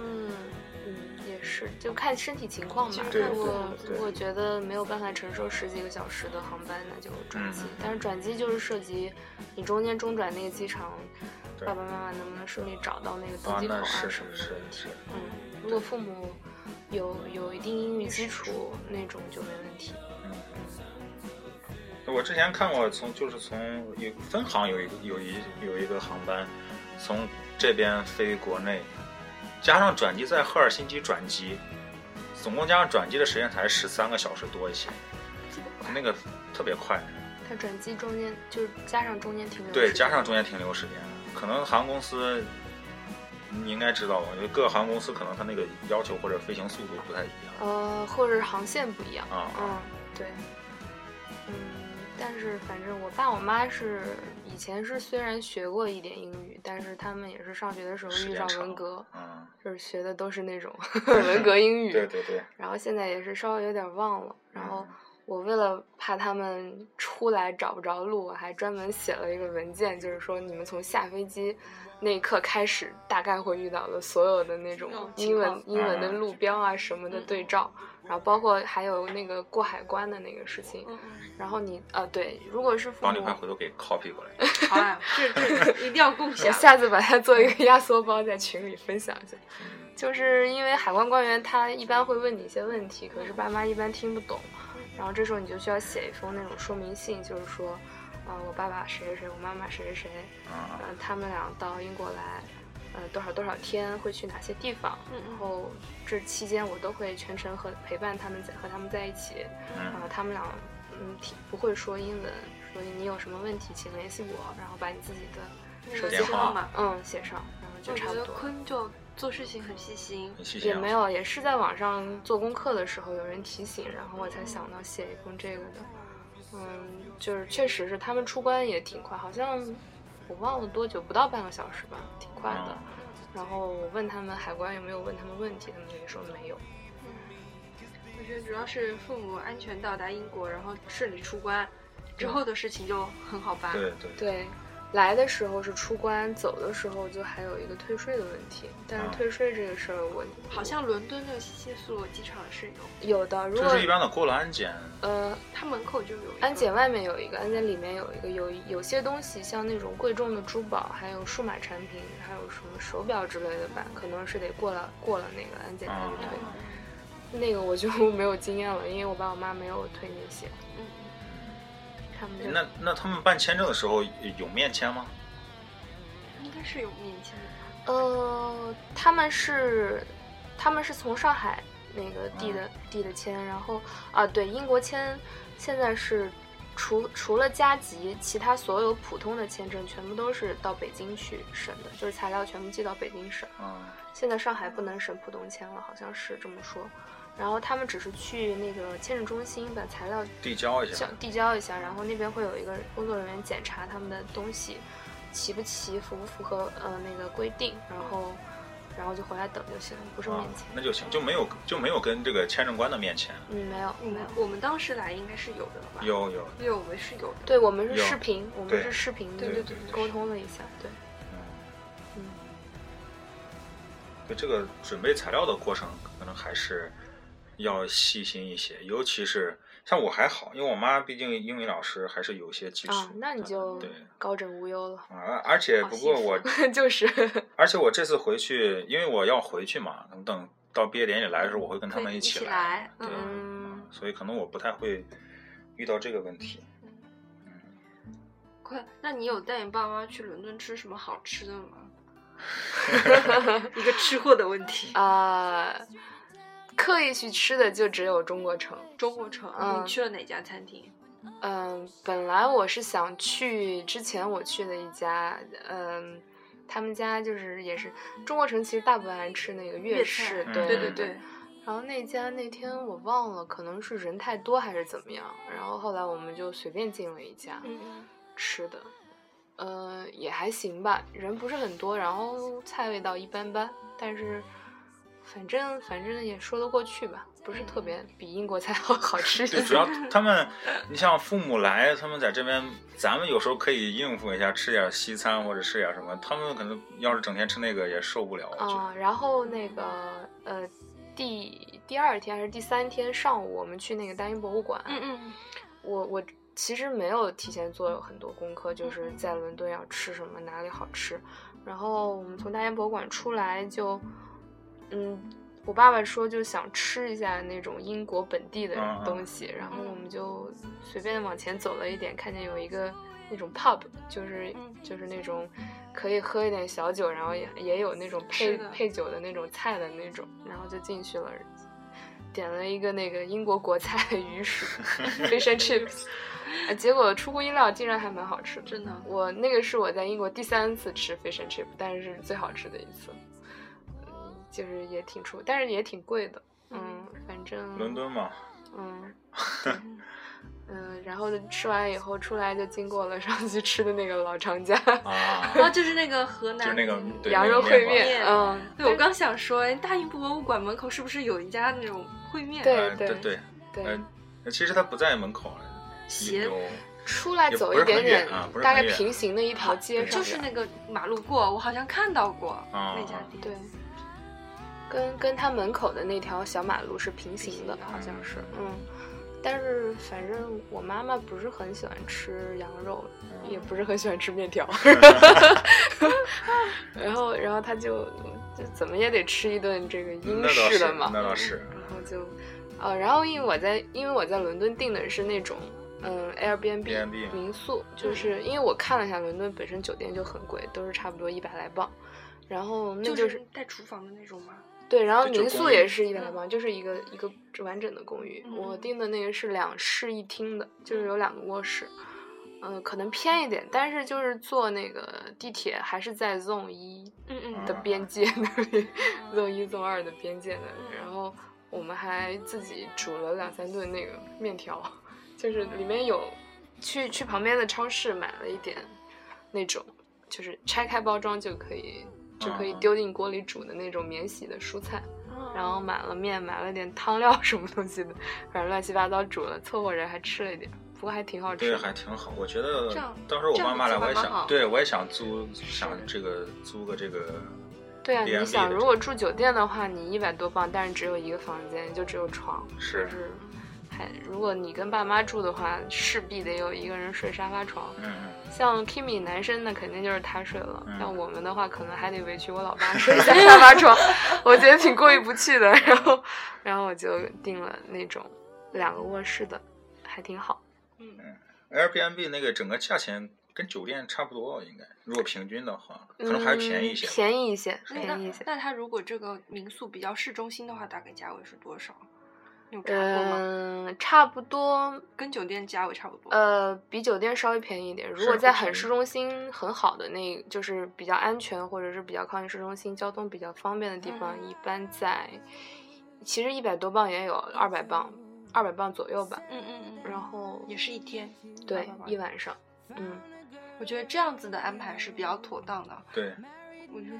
Speaker 4: 嗯也是，就看身体情况吧。
Speaker 3: 对
Speaker 4: 如果
Speaker 3: 对对
Speaker 4: 如果觉得没有办法承受十几个小时的航班，那就转机。
Speaker 3: 嗯
Speaker 4: 但是转机就是涉及你中间中转那个机场，
Speaker 3: 对
Speaker 4: 爸爸妈妈能不能顺利找到那个登
Speaker 3: 啊，
Speaker 4: 机口
Speaker 3: 那
Speaker 4: 啊
Speaker 3: 是
Speaker 4: 什
Speaker 3: 是
Speaker 4: 么的
Speaker 3: 是
Speaker 4: 问题。
Speaker 3: 是。
Speaker 4: 嗯，如果父母有有一定英语基础，那种就没问题。
Speaker 3: 我之前看过从，就是从有分行有一个有一有一个航班，从这边飞国内，加上转机在赫尔辛基转机，总共加上转机的时间才十三个小时多一些，那个特别快。
Speaker 4: 它转机中间就是加上中间停留时间，
Speaker 3: 对，加上中间停留时间，可能航空公司你应该知道吧？因为各航空公司可能它那个要求或者飞行速度不太一样
Speaker 4: 呃，或者是航线不一样。
Speaker 3: 啊。
Speaker 4: 嗯，对，嗯，但是反正我爸我妈是以前是虽然学过一点英语，但是他们也是上学的时候
Speaker 3: 时
Speaker 4: 遇
Speaker 3: 间
Speaker 4: 上
Speaker 3: 长
Speaker 4: 文革，
Speaker 3: 嗯，
Speaker 4: 就是学的都是那种文革英语，
Speaker 3: 对对对，
Speaker 4: 然后现在也是稍微有点忘了，然后。
Speaker 3: 嗯
Speaker 4: 我为了怕他们出来找不着路，我还专门写了一个文件，就是说你们从下飞机那一刻开始，大概会遇到的所有的那种
Speaker 2: 那种
Speaker 4: 英
Speaker 2: 情
Speaker 4: 文
Speaker 2: 况
Speaker 4: 英文的路标啊什么的
Speaker 2: 嗯
Speaker 4: 对照，然后包括还有那个过海关的那个事情。
Speaker 2: 嗯嗯，
Speaker 4: 然后你呃对，如果是父
Speaker 3: 帮
Speaker 4: 母
Speaker 3: 这，块回头给 copy 过来。
Speaker 2: 好 啊，这这一定要共
Speaker 4: 我
Speaker 2: 享。
Speaker 4: 下次把它做一个压缩包在群里分享一下。
Speaker 3: 嗯
Speaker 4: 就是因为海关官员他一般会问你一些问题，可是爸妈一般听不懂，然后这时候你就需要写一封那种说明信，就是说，呃，我爸爸谁谁谁，我妈妈谁谁谁，
Speaker 3: 啊
Speaker 4: 呃，他们俩到英国来，呃，多少多少天会去哪些地方，
Speaker 2: 嗯
Speaker 4: 然
Speaker 2: 嗯
Speaker 4: 后这期间我都会全程和陪伴他们在和他们在一起，然
Speaker 3: 嗯
Speaker 4: 后他们俩嗯挺不会说英文，所以你有什么问题请联系我，然后把你自己的
Speaker 2: 那
Speaker 4: 手
Speaker 2: 个
Speaker 4: 机
Speaker 2: 电
Speaker 3: 号
Speaker 2: 话嘛，
Speaker 4: 嗯写上，然后就
Speaker 2: 我
Speaker 4: 差
Speaker 2: 觉
Speaker 4: 不
Speaker 2: 得
Speaker 4: 多。
Speaker 2: 坤就做事情很细心。
Speaker 3: 很细心
Speaker 4: 也
Speaker 3: 啊。
Speaker 4: 没有，也是在网上做功课的时候有人提醒，然后我才想到写一封这个的。嗯，就是确实是他们出关也挺快，好像我忘了多久，不到半个小时吧，挺快的。
Speaker 3: 嗯
Speaker 4: 然后我问他们海关有没有问他们问题，他们也说没有。
Speaker 3: 嗯
Speaker 2: 我觉得主要是父母安全到达英国，然后顺利出关，之后的事情就很好办。
Speaker 3: 对对，
Speaker 4: 啊对，来的时候是出关，走的时候就还有一个退税的问题，但是
Speaker 3: 嗯
Speaker 4: 退税这个事儿我
Speaker 2: 好像伦敦的希斯罗机场是有，
Speaker 4: 有的，如
Speaker 3: 这
Speaker 4: 果
Speaker 3: 是一般的过了安检。
Speaker 4: 呃
Speaker 2: 它门口就有一个
Speaker 4: 安检外面有一个，安检里面有一个，有有些东西像那种贵重的珠宝，还有数码产品，还有什么手表之类的吧，可能是得过了过了那个安检才能退。
Speaker 3: 啊
Speaker 2: 嗯
Speaker 4: 那个我就 没有经验了，因为我爸我妈没有退那些，
Speaker 2: 嗯，
Speaker 4: 他们就
Speaker 3: 那那他们办签证的时候有面签吗？
Speaker 2: 嗯应该是有面签的。
Speaker 4: 呃，他们是他们是从上海那个递的递的签，然后啊对，英国签现在是。除除了加急，其他所有普通的签证全部都是到北京去审的，就是材料全部寄到北京审。
Speaker 3: 嗯，
Speaker 4: 现在上海不能审浦东签了，好像是这么说。然后他们只是去那个签证中心把材料
Speaker 3: 递交一下嗯
Speaker 4: 交。递交一下，然后那边会有一个工作人员检查他们的东西齐不齐，符不符合呃那个规定，然后然后就回来等就行了，不是面
Speaker 3: 啊
Speaker 4: 签。，
Speaker 3: 那就行，就没有就没有跟这个签证官的面签。
Speaker 4: 嗯，没有
Speaker 2: 我
Speaker 4: 没
Speaker 2: 们
Speaker 4: 有。
Speaker 2: 我们当时来应该是有的吧？，
Speaker 3: 有有，
Speaker 2: 对，我们是有的。
Speaker 4: 对我们是
Speaker 3: 有
Speaker 4: 视频，我们
Speaker 3: 对
Speaker 4: 是视频的
Speaker 3: 对对对
Speaker 4: 沟通了一下，对，
Speaker 3: 嗯，
Speaker 4: 嗯，
Speaker 3: 对这个准备材料的过程，可能还是要细心一些，尤其是像我还好，因为我妈毕竟英语老师还是有些基础。
Speaker 4: 啊，那你就
Speaker 3: 对
Speaker 4: 高枕无忧了，
Speaker 3: 啊，而且不过我，
Speaker 4: 就是，
Speaker 3: 而且我这次回去，因为我要回去嘛，等等到毕业典礼来的时候，我会跟他们
Speaker 2: 对一
Speaker 3: 起
Speaker 2: 起
Speaker 3: 来
Speaker 2: 来，
Speaker 3: 对，
Speaker 4: 嗯
Speaker 3: 所以可能我不太会遇到这个问题。
Speaker 2: 快，那你有带你爸妈去伦敦吃什么好吃的吗？一个吃货的问题。
Speaker 4: 啊、刻意去吃的就只有中国城。
Speaker 2: 中国城，
Speaker 4: 嗯
Speaker 2: 你去了哪家餐厅？
Speaker 4: 嗯，本来我是想去之前我去的一家，嗯，他们家就是也是中国城，其实大部分还是吃那个粤式，
Speaker 2: 菜
Speaker 3: 对
Speaker 2: 对
Speaker 4: 对
Speaker 2: 对对，
Speaker 4: 然后那家那天我忘了，可能是人太多还是怎么样，然后后来我们就随便进了一家
Speaker 2: 嗯，
Speaker 4: 吃的，呃，也还行吧，人不是很多，然后菜味道一般般，但是反正反正也说得过去吧，不是
Speaker 2: 嗯
Speaker 4: 特别比英国菜 好好吃一
Speaker 3: 对，
Speaker 4: 点。
Speaker 3: 主要他们，你像父母来，他们在这边，咱们有时候可以应付一下，吃点西餐或者吃点什么。他们可能要是整天吃那个也受不了，我觉得。
Speaker 4: 啊，然后那个呃，第第二天还是第三天上午，我们去那个大英博物馆。
Speaker 2: 嗯嗯，
Speaker 4: 我我其实没有提前做很多功课，就是
Speaker 2: 嗯嗯
Speaker 4: 在伦敦要吃什么，哪里好吃。然后我们从大英博物馆出来就，嗯，我爸爸说就想吃一下那种英国本地的
Speaker 3: 嗯嗯
Speaker 4: 东西，然后
Speaker 2: 嗯
Speaker 4: 我们就随便的往前走了一点，看见有一个那种 pub，就是
Speaker 2: 嗯
Speaker 4: 就是那种可以喝一点小酒，然后也也有那种配
Speaker 2: 是的
Speaker 4: 配酒的那种菜的那种，然后就进去了。点了一个那个英国国菜鱼 薯，fish and chips，啊结果出乎意料，竟然还蛮好吃的。
Speaker 2: 真的
Speaker 4: 我那个是我在英国第三次吃 fish and chip，但是是最好吃的一次，嗯，就是也挺出，但是也挺贵的，嗯，反正
Speaker 3: 伦，敦嘛，
Speaker 4: 嗯，对嗯，然后吃完以后出来就经过了上次吃的那个老张家
Speaker 3: 啊，
Speaker 2: 然后哦就是那个河
Speaker 3: 就是
Speaker 2: 南
Speaker 3: 那个对
Speaker 4: 羊肉
Speaker 3: 那个
Speaker 4: 烩
Speaker 3: 馆
Speaker 4: 面，
Speaker 2: 面
Speaker 4: 嗯，
Speaker 2: 对，我刚想说，哎大英博物馆门口是不是有一家那种烩面？
Speaker 4: 对
Speaker 3: 呃对
Speaker 4: 对
Speaker 3: 对，
Speaker 4: 对
Speaker 3: 呃，其实它不在门口，
Speaker 4: 斜
Speaker 3: 有
Speaker 4: 出来走一
Speaker 3: 也不是
Speaker 4: 点
Speaker 3: 很
Speaker 4: 点
Speaker 3: 远啊，不是很
Speaker 4: 大概
Speaker 3: 远
Speaker 4: 平行的一条街上，
Speaker 2: 就是那个马路过，我好像看到过、
Speaker 3: 啊
Speaker 2: 那家店。
Speaker 4: 对，跟跟他门口的那条小马路是平行的，好像是，嗯。但是反正我妈妈不是很喜欢吃羊肉，也
Speaker 3: 嗯
Speaker 4: 不是很喜欢吃面 条，然后然后她就就怎么也得吃一顿这个
Speaker 3: 嗯那
Speaker 4: 英
Speaker 3: 倒
Speaker 4: 式
Speaker 3: 是
Speaker 4: 的嘛，
Speaker 3: 那倒 是
Speaker 4: 然后就，呃，然后因为我在因为我在伦敦订的是那种。嗯，Airbnb
Speaker 3: Airbnb 嗯
Speaker 4: 民宿，就是因为我看了一下，伦敦本身酒店就很贵，都是差不多一百来镑，然后那
Speaker 2: 就是带厨房的那种吗？
Speaker 4: 对，然后
Speaker 3: 就
Speaker 4: 民
Speaker 3: 公
Speaker 4: 宿
Speaker 3: 寓
Speaker 4: 也是一百来镑，就是一个一个完整的公寓。我
Speaker 2: 嗯
Speaker 4: 订的那个是两室一厅的，就是有两个卧室，嗯、可能偏一点，但是就是坐那个地铁还是在 Zone 一
Speaker 2: 嗯嗯
Speaker 4: 的
Speaker 3: 啊
Speaker 4: 边界那里，Zone 一、Zone 二的边界那里。然后我们还自己煮了两三顿那个面条，就是里面有去去旁边的超市买了一点那种，就是拆开包装就可以。就可以
Speaker 3: 啊
Speaker 4: 丢进锅里煮的那种免洗的蔬菜，
Speaker 2: 嗯
Speaker 4: 然后买了面，买了点汤料 什么东西的，反正乱七八糟煮了，凑合着还吃了一点，不过还挺好吃
Speaker 3: 对，
Speaker 4: 的。
Speaker 3: 还挺好。我觉得
Speaker 2: 这样
Speaker 3: 到时候我爸妈来，我
Speaker 2: 这
Speaker 3: 也
Speaker 2: 样子蛮好
Speaker 3: 想，对我也想租，想
Speaker 2: 是
Speaker 3: 这个租个这个，
Speaker 4: 对啊，
Speaker 3: 便
Speaker 4: 你
Speaker 3: 利
Speaker 4: 想，
Speaker 3: 的
Speaker 4: 如果住酒店的话，你一百多镑，但是只有一个房间，就只有床，就是是还嗯如果你跟爸妈住的话，势必得有一个人睡沙发床。
Speaker 3: 嗯嗯，
Speaker 4: 像 Kimi 男生那肯定就是他睡了，
Speaker 3: 嗯
Speaker 4: 像我们的话可能还得委屈我老爸睡一下沙 发床，我觉得挺过意不去的。然后，然后我就订了那种两个卧室的，还挺好。
Speaker 3: Airbnb 那个整个价钱跟酒店差不多，哦应该如果平均的话，可能还便宜一些。
Speaker 4: 嗯便宜一些，
Speaker 2: 那
Speaker 4: 便宜一
Speaker 2: 那
Speaker 4: 些。
Speaker 2: 那他如果这个民宿比较市中心的话，大概价位是多少？你有查过吗？
Speaker 4: 嗯，差不多，
Speaker 2: 跟酒店价位差不多。
Speaker 4: 呃，比酒店稍微便宜一点。如
Speaker 3: 是
Speaker 4: 果
Speaker 3: 会
Speaker 4: 在
Speaker 3: 便
Speaker 4: 很
Speaker 3: 宜
Speaker 4: 市中心很好的那，就是比较安全或者是比较靠近市中心、交通比较方便的地方，
Speaker 2: 嗯
Speaker 4: 一般在，其实一百多磅也有，二百磅，二百磅左右吧。
Speaker 2: 嗯嗯嗯，
Speaker 4: 然后
Speaker 2: 也是一天。
Speaker 4: 对
Speaker 2: 八百八
Speaker 4: 一晚上，嗯，
Speaker 2: 我觉得这样子的安排是比较妥当的。
Speaker 3: 对，
Speaker 2: 我觉得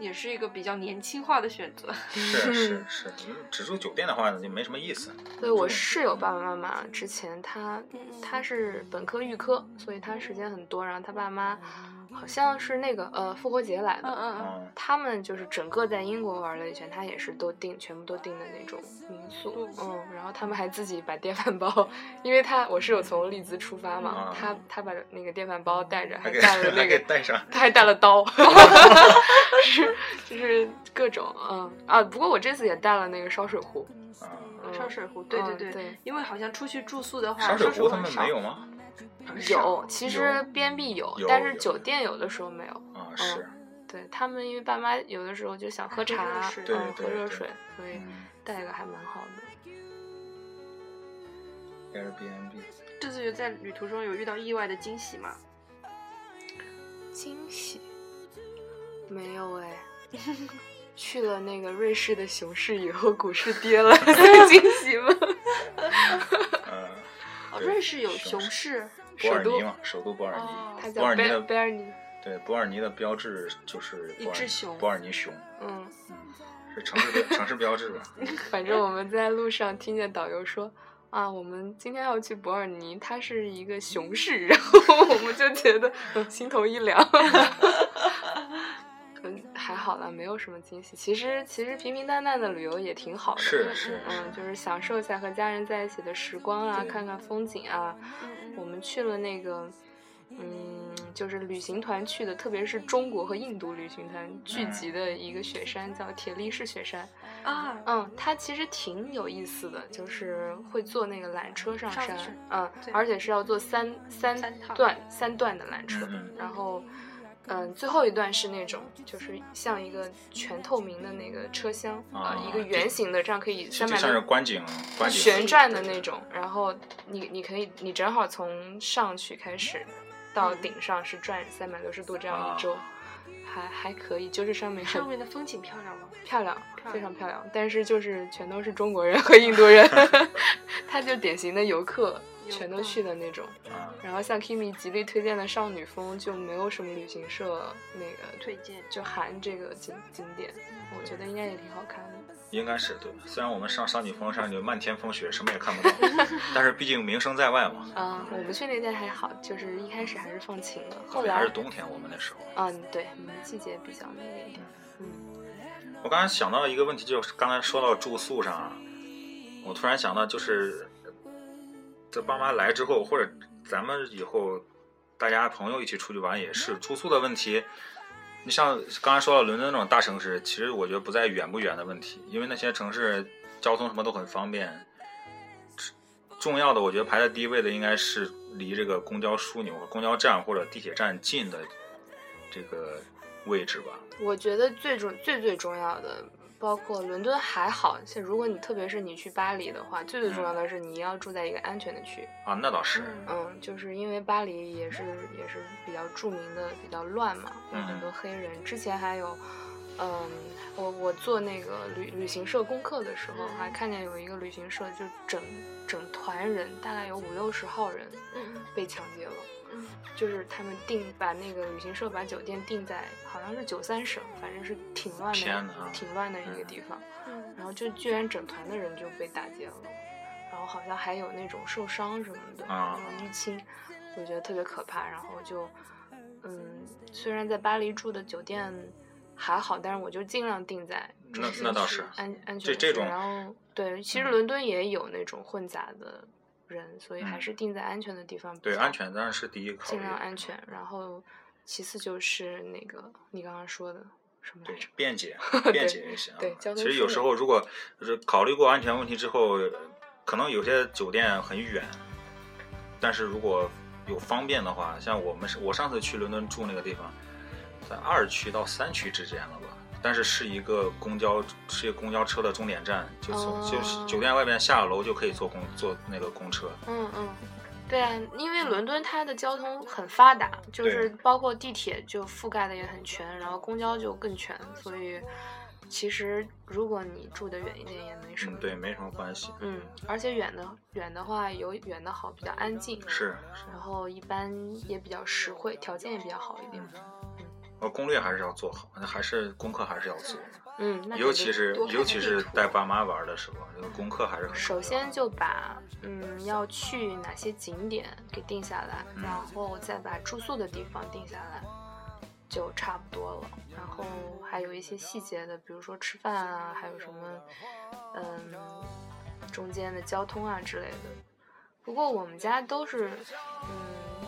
Speaker 2: 也是一个比较年轻化的选择。
Speaker 3: 是是是，嗯只住酒店的话就没什么意思。
Speaker 4: 对我
Speaker 3: 嗯
Speaker 4: 室友爸爸妈妈之前他
Speaker 2: 嗯
Speaker 4: 他是本科预科，所以他时间很多，然后他爸妈好像是那个呃复活节来
Speaker 2: 嗯
Speaker 4: 的。
Speaker 2: 嗯嗯，
Speaker 3: 嗯，
Speaker 4: 他们就是整个在英国玩了一圈，他也是都订，全部都订的那种民宿，嗯，然后他们还自己把电饭煲，因为他我室友从利兹出发嘛，
Speaker 3: 啊
Speaker 4: 他他把那个电饭煲带着，还
Speaker 3: 还给
Speaker 4: 带了那
Speaker 3: 还给
Speaker 4: 个
Speaker 3: 带上。
Speaker 4: 他还带了刀，是就是各种嗯啊，不过我这次也带了那个烧水壶，
Speaker 3: 啊，
Speaker 4: 嗯
Speaker 2: 烧水壶，对对
Speaker 4: 嗯对
Speaker 2: 对，因为好像出去住宿的话，
Speaker 3: 烧啊水壶他
Speaker 2: 很
Speaker 3: 们
Speaker 2: 少
Speaker 3: 没有吗？
Speaker 2: 很少
Speaker 4: 有，其实边壁有，
Speaker 3: 有
Speaker 4: 但是
Speaker 3: 有
Speaker 4: 酒店有的时候没有。
Speaker 3: 啊，是。
Speaker 4: 对他们，因为爸妈有的时候就想喝
Speaker 2: 热
Speaker 4: 茶，
Speaker 2: 水
Speaker 3: 对
Speaker 4: 嗯，
Speaker 3: 对
Speaker 4: 喝热
Speaker 3: 对
Speaker 4: 水，所以
Speaker 3: 嗯
Speaker 4: 带一个还蛮好的。
Speaker 3: ，Airbnb
Speaker 2: 这次有在旅途中有遇到意外的惊喜吗？
Speaker 4: 惊喜没有哎。 去了那个瑞士的熊市以后，股市跌了， 算惊喜吗？
Speaker 3: 嗯，
Speaker 2: 哦，
Speaker 3: 对
Speaker 2: 瑞士有熊
Speaker 3: 熊
Speaker 2: 市
Speaker 3: 伯尔
Speaker 4: 首都
Speaker 3: 尼嘛，首都伯尔尼。
Speaker 2: 哦
Speaker 4: 它
Speaker 3: 伯
Speaker 4: 叫
Speaker 3: 尔尼
Speaker 4: 贝
Speaker 3: 的
Speaker 4: 贝尔尼，
Speaker 3: 对，伯尔尼的标志就是
Speaker 2: 一
Speaker 3: 伯尔
Speaker 2: 只
Speaker 3: 尼
Speaker 2: 熊
Speaker 3: 伯尔尼熊
Speaker 4: 嗯，
Speaker 3: 是城市标城市标 志吧？
Speaker 4: 反正我们在路上听见导游说。啊，我们今天要去伯尔尼，它是一个熊市，然后我们就觉 得、嗯、心头一凉。 嗯，还好啦，没有什么惊喜。其实其实平平淡淡的旅游也挺好的，
Speaker 3: 是是
Speaker 4: 嗯，就是享受一下和家人在一起的时光啊，
Speaker 3: 对
Speaker 4: 看看风景啊。
Speaker 2: 嗯
Speaker 4: 我们去了那个，嗯，就是旅行团去的，特别是中国和印度旅行团聚集的一个雪山，叫铁力士雪山。
Speaker 2: 嗯啊，
Speaker 4: 嗯，它其实挺有意思的，就是会坐那个缆车上
Speaker 2: 上
Speaker 4: 山，
Speaker 2: 去
Speaker 4: 嗯，
Speaker 2: 对
Speaker 4: 而且是要坐三三
Speaker 2: 三趟
Speaker 4: 段三段的缆车，
Speaker 3: 嗯
Speaker 4: 然后。嗯，最后一段是那种，就是像一个全透明的那个车厢，
Speaker 3: 啊
Speaker 4: 呃，一个圆形的，这样可以
Speaker 3: 就
Speaker 4: 三百
Speaker 3: 像是观景观景
Speaker 4: 旋转的那种，然后你你可以你正好从上去开始，到顶上是转三百六十度这样一周，
Speaker 3: 啊
Speaker 4: 还还可以，就是上面很
Speaker 2: 上面的风景漂亮吗？
Speaker 4: 漂亮，
Speaker 2: 漂亮
Speaker 4: 非常漂 亮，但是就是全都是中国人和印度人，他就典型的游客，全都去的那种。
Speaker 3: 啊，
Speaker 4: 然后像 Kimi 极力推荐的少女风就没有什么旅行社那个
Speaker 2: 推荐。
Speaker 4: 就含这个景景点，我觉得应该也挺好看的。
Speaker 3: 应该是对。虽然我们上少女峰上就漫天风雪，什么也看不 到，但是毕竟名声在外嘛。
Speaker 4: 啊、我们去那天还好，就是一开始还是放晴了，后
Speaker 3: 还
Speaker 4: 来
Speaker 3: 是，冬天，我们那时候。
Speaker 4: 嗯，对，我们季节比较那个一点。嗯，
Speaker 3: 我刚才想到一个问题，就是刚才说到住宿上，啊我突然想到，就是这爸妈来之后，或者咱们以后大家朋友一起出去玩，也是住宿的问题。你像刚才说到伦敦那种大城市，其实我觉得不在远不远的问题，因为那些城市交通什么都很方便。重要的，我觉得排在第一位的应该是离这个公交枢纽、公交站或者地铁站近的这个位置吧。
Speaker 4: 我觉得最重最最重要的，包括伦敦还好，像如果你特别是你去巴黎的话，最最重要的是你要住在一个安全的区。
Speaker 3: 啊，那倒是。
Speaker 4: 嗯，就是因为巴黎也是也是比较著名的比较乱嘛，有
Speaker 2: 嗯
Speaker 4: 很多黑人。之前还有，嗯，我我做那个旅旅行社功课的时候，
Speaker 2: 嗯
Speaker 4: 还看见有一个旅行社就整整团人，大概有五六十号人
Speaker 2: 嗯
Speaker 4: 被抢劫了。
Speaker 2: 嗯
Speaker 4: 就是他们定把那个旅行社把酒店定在好像是九三省，反正是挺乱
Speaker 3: 天
Speaker 4: 的
Speaker 3: 哪，
Speaker 4: 挺乱的一个地方。
Speaker 2: 嗯
Speaker 4: 然后就居然整团的人就被打劫了，然后好像还有那种受伤什么的，
Speaker 3: 啊
Speaker 4: 有淤青，我觉得特别可怕。然后就，嗯，虽然在巴黎住的酒店还好，但是我就尽量定在主
Speaker 3: 那
Speaker 4: 市
Speaker 3: 那倒
Speaker 4: 区
Speaker 3: 是
Speaker 4: 安安
Speaker 3: 这
Speaker 4: 全
Speaker 3: 这
Speaker 4: 区
Speaker 3: 种
Speaker 4: 然后对，其实
Speaker 3: 嗯
Speaker 4: 伦敦也有那种混杂的人，所以还
Speaker 3: 嗯
Speaker 4: 是定在安全的地方比
Speaker 3: 对，
Speaker 4: 较
Speaker 3: 安全当然是第一考
Speaker 4: 尽
Speaker 3: 虑。嗯
Speaker 4: 量安全。然后其次就是那个你刚刚说的什么来
Speaker 3: 对
Speaker 4: 着？，
Speaker 3: 便捷，便捷一些啊。
Speaker 4: 对交通
Speaker 3: 其实有时
Speaker 4: 枢纽
Speaker 3: 候如果就是考虑过安全问题之后，可能有些酒店很远，但是如果有方便的话，像我们是我上次去伦敦住那个地方，在二区到三区之间了吧。但是是一个公交，是一个公交车的终点站，就从、就是
Speaker 4: 哦
Speaker 3: 酒店外边下了楼就可以坐公坐那个公车。
Speaker 4: 嗯嗯，对啊，因为伦敦它的交通很发达，就是包括地铁就覆盖的也很全，然后公交就更全，所以其实如果你住的远一点也没什
Speaker 3: 嗯
Speaker 4: 么。，
Speaker 3: 对，没什么关系。
Speaker 4: 嗯，而且远的远的话有远的好，比较安静。。
Speaker 3: 是，
Speaker 4: 然后一般也比较实惠，条件也比较好一点。
Speaker 3: 呃，攻略还是要做好，还是功课还是要做。
Speaker 4: 嗯，那
Speaker 3: 尤
Speaker 4: 肯定
Speaker 3: 其是
Speaker 2: 多看看
Speaker 3: 尤其是
Speaker 2: 地图
Speaker 3: 带爸妈玩的时候，这个功课还是很重要
Speaker 4: 首先就把嗯要去哪些景点给定下来，
Speaker 3: 嗯
Speaker 4: 然后再把住宿的地方定下来，就差不多了。然后还有一些细节的，比如说吃饭啊，还有什么嗯中间的交通啊之类的。不过我们家都是嗯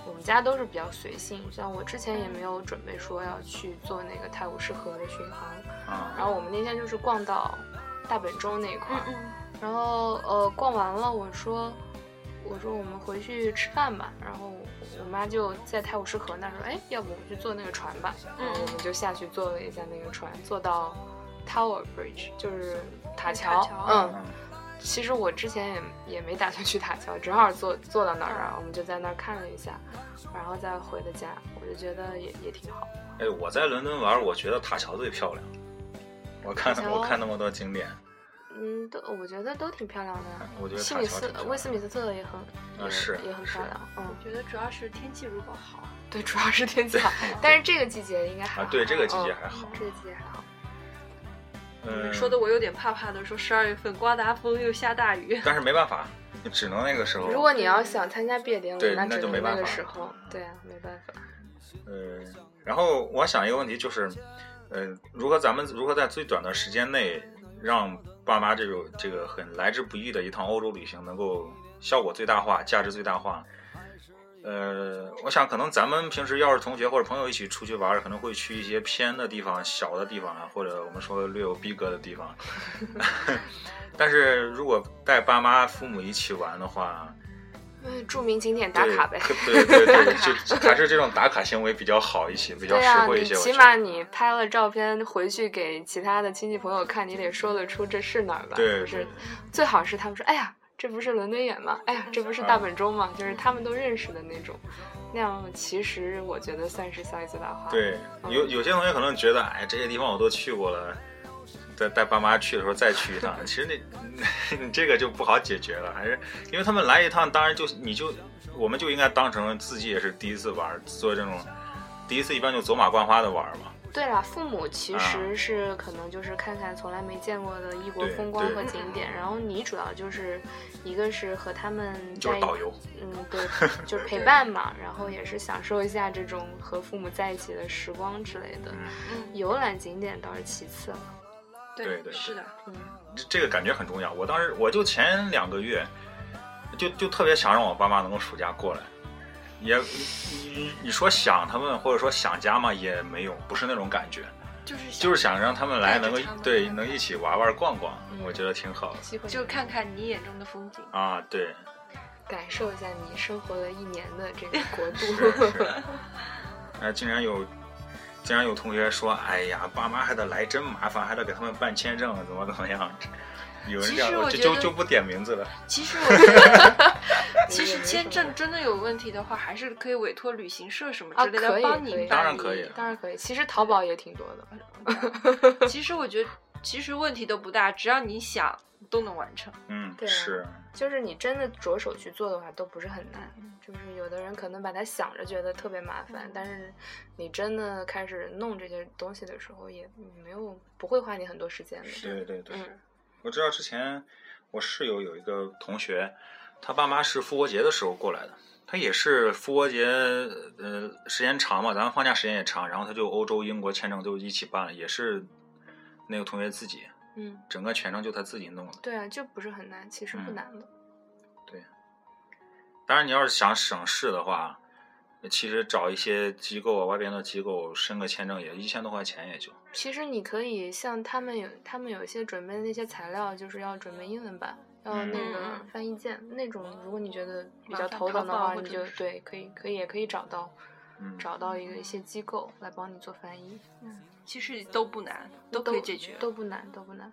Speaker 4: 我们家都是比较随性，像我之前也没有准备说要去做那个泰晤士河的巡航，
Speaker 3: 啊，
Speaker 4: 然后我们那天就是逛到大本钟那一块儿。
Speaker 2: 嗯
Speaker 4: 然后呃逛完了，我说我说我们回去吃饭吧。然后我妈就在泰晤士河那儿说，哎，要不我们去坐那个船吧？然后我们就下去坐了一下那个船，坐到 Tower Bridge，就是塔桥。
Speaker 2: 塔桥
Speaker 4: 嗯，
Speaker 3: 嗯，
Speaker 4: 其实我之前也也没打算去塔桥，正好坐坐到那儿，啊然后我们就在那儿看了一下，然后再回的家。我就觉得也也挺好。
Speaker 3: 哎，我在伦敦玩，我觉得塔桥最漂亮。我看
Speaker 4: 塔桥
Speaker 3: 我看那么多景点，
Speaker 4: 嗯，都我觉得都挺漂亮的呀。
Speaker 3: 我觉得
Speaker 4: 西
Speaker 3: 塔
Speaker 4: 米
Speaker 3: 桥
Speaker 4: 斯
Speaker 3: 挺漂
Speaker 4: 威
Speaker 3: 亮
Speaker 4: 斯敏斯特也很
Speaker 3: 啊
Speaker 4: 也
Speaker 3: 是
Speaker 4: 也很
Speaker 3: 是
Speaker 4: 漂亮，嗯。
Speaker 2: 觉得主要是天气如果好，啊
Speaker 4: 对，主要是 天气好，但是这个季节应该还
Speaker 3: 啊
Speaker 4: 好。。
Speaker 3: 对，这个季节
Speaker 4: 嗯
Speaker 3: 还好。
Speaker 4: 这个季节还好。
Speaker 3: 嗯，
Speaker 2: 说的我有点怕怕的，说十二月份刮大风又下大雨，
Speaker 3: 嗯但是没办法，你只能那个时候。
Speaker 4: 如果你要想参加毕业典
Speaker 3: 嗯
Speaker 4: 礼
Speaker 3: 对，那
Speaker 4: 只
Speaker 3: 就
Speaker 4: 能
Speaker 3: 没
Speaker 4: 那
Speaker 3: 办
Speaker 4: 个
Speaker 3: 法
Speaker 4: 时候。对啊，没办法。
Speaker 3: 呃，然后我想一个问题就是，呃，如何咱们如何在最短的时间内让爸妈这种这个很来之不易的一趟欧洲旅行能够效果最大化、价值最大化？呃，我想可能咱们平时要是同学或者朋友一起出去玩儿，可能会去一些偏的地方、小的地方啊，或者我们说略有逼格的地方。 但是如果带爸妈、父母一起玩的话，
Speaker 4: 嗯，著名景点打卡呗。
Speaker 3: 对对对对，
Speaker 4: 卡
Speaker 3: 就还是这种打卡行为比较好一些，比较
Speaker 4: 对
Speaker 3: 实
Speaker 4: 啊，
Speaker 3: 惠一
Speaker 4: 你
Speaker 3: 些。我
Speaker 4: 起
Speaker 3: 觉得
Speaker 4: 码你拍了照片回去给其他的亲戚朋友看，你得说得出这是哪儿吧？
Speaker 3: 对
Speaker 4: 就
Speaker 3: 对
Speaker 4: 是最好是他们说，哎呀，这不是伦敦眼吗？哎呀，这不是大
Speaker 3: 啊
Speaker 4: 本钟吗？就是他们都认识的那种。那样其实我觉得算是效益最大化。
Speaker 3: 对，有有些同学可能觉得，哎，这些地方我都去过了，再带爸妈去的时候再去一趟。其实那 你这个就不好解决了，还是因为他们来一趟，当然就你就我们就应该当成自己也是第一次玩，做这种第一次一般就走马观花的玩嘛。
Speaker 4: 对啦，父母
Speaker 3: 啊
Speaker 4: 其实是可能就是看看从来没见过的异国
Speaker 3: 对
Speaker 4: 风光
Speaker 3: 对
Speaker 4: 和景点，然后你主要就是一个是和他们
Speaker 3: 就
Speaker 4: 在
Speaker 3: 是导游，
Speaker 4: 嗯，对，就是陪伴嘛，然后也是享受一下这种和父母在一起的时光之类的。
Speaker 3: 嗯，
Speaker 2: 嗯，
Speaker 4: 游览景点倒是其次了，嗯
Speaker 3: 对对
Speaker 2: 是的，
Speaker 3: 这这个感觉很重要。我当时我就前两个月，就就特别想让我爸妈能够暑假过来，也你你说想他们或者说想家嘛也没有，不是那种感觉，
Speaker 2: 就是想
Speaker 3: 就是想让他们来能够
Speaker 2: 带着他们
Speaker 3: 对能一起玩玩逛逛，
Speaker 4: 嗯
Speaker 3: 我觉得挺好的
Speaker 4: 机会
Speaker 2: 就看看你眼中的风景。
Speaker 3: 啊。 对，
Speaker 4: 感受一下你生活了一年的这 个国
Speaker 3: 是是
Speaker 4: 度。。
Speaker 3: 啊，竟然有，竟然有同学说，哎呀，爸妈还得来，真麻烦，还得给他们办签证，怎么怎么样？ 有人
Speaker 2: 其
Speaker 3: 这样
Speaker 2: 实
Speaker 3: 的，我
Speaker 2: 我
Speaker 3: 就
Speaker 2: 觉
Speaker 3: 就
Speaker 2: 得
Speaker 3: 就不点名字了。
Speaker 2: 其实我觉得，其
Speaker 4: 也
Speaker 2: 实
Speaker 4: 没
Speaker 2: 签
Speaker 4: 什
Speaker 2: 证
Speaker 4: 么
Speaker 2: 真的有问题的话，还是可以委托旅行社什么
Speaker 4: 啊
Speaker 2: 之类的、
Speaker 4: 可以
Speaker 2: 帮
Speaker 4: 可
Speaker 2: 你
Speaker 4: 以
Speaker 2: 办
Speaker 3: 当然
Speaker 2: 理
Speaker 3: 可以了
Speaker 4: 当然可以，其实淘宝也挺多的。
Speaker 2: 其实我觉得，其实问题都不大，只要你想，都能完成。
Speaker 3: 嗯，
Speaker 4: 对啊
Speaker 3: 是，
Speaker 4: 就是你真的着手去做的话，都不是很难。就是有的人可能把它想着觉得特别麻烦，
Speaker 2: 嗯
Speaker 4: 但是你真的开始弄这些东西的时候，也没有不会花你很多时间的。
Speaker 3: 对对对。
Speaker 4: 嗯
Speaker 3: 我知道之前我室友有一个同学，他爸妈是复活节的时候过来的，他也是复活节，呃，时间长嘛，咱们放假时间也长，然后他就欧洲、英国签证都一起办了，也是那个同学自己，
Speaker 4: 嗯，
Speaker 3: 整个全程就他自己弄的。
Speaker 4: 对啊，就不是很难，其实不
Speaker 3: 嗯
Speaker 4: 难的。
Speaker 3: 当然，你要是想省事的话，其实找一些机构啊，外边的机构申个签证也一千多块钱也就。
Speaker 4: 其实你可以像他们有他们有一些准备的那些材料，就是要准备英文版，要
Speaker 3: 嗯
Speaker 4: 那
Speaker 2: 嗯
Speaker 4: 个
Speaker 2: 嗯
Speaker 4: 翻译件那种。如果你觉得比
Speaker 2: 麻
Speaker 4: 较
Speaker 2: 烦
Speaker 4: 头
Speaker 2: 淘
Speaker 4: 疼的
Speaker 2: 宝
Speaker 4: 话，
Speaker 2: 或
Speaker 4: 你
Speaker 2: 者
Speaker 4: 就是对可以可以也可以找到
Speaker 3: 嗯，
Speaker 4: 找到一个一些机构来帮你做翻译。
Speaker 2: 其实都不难，都可以解决。
Speaker 4: 都不难，都不难。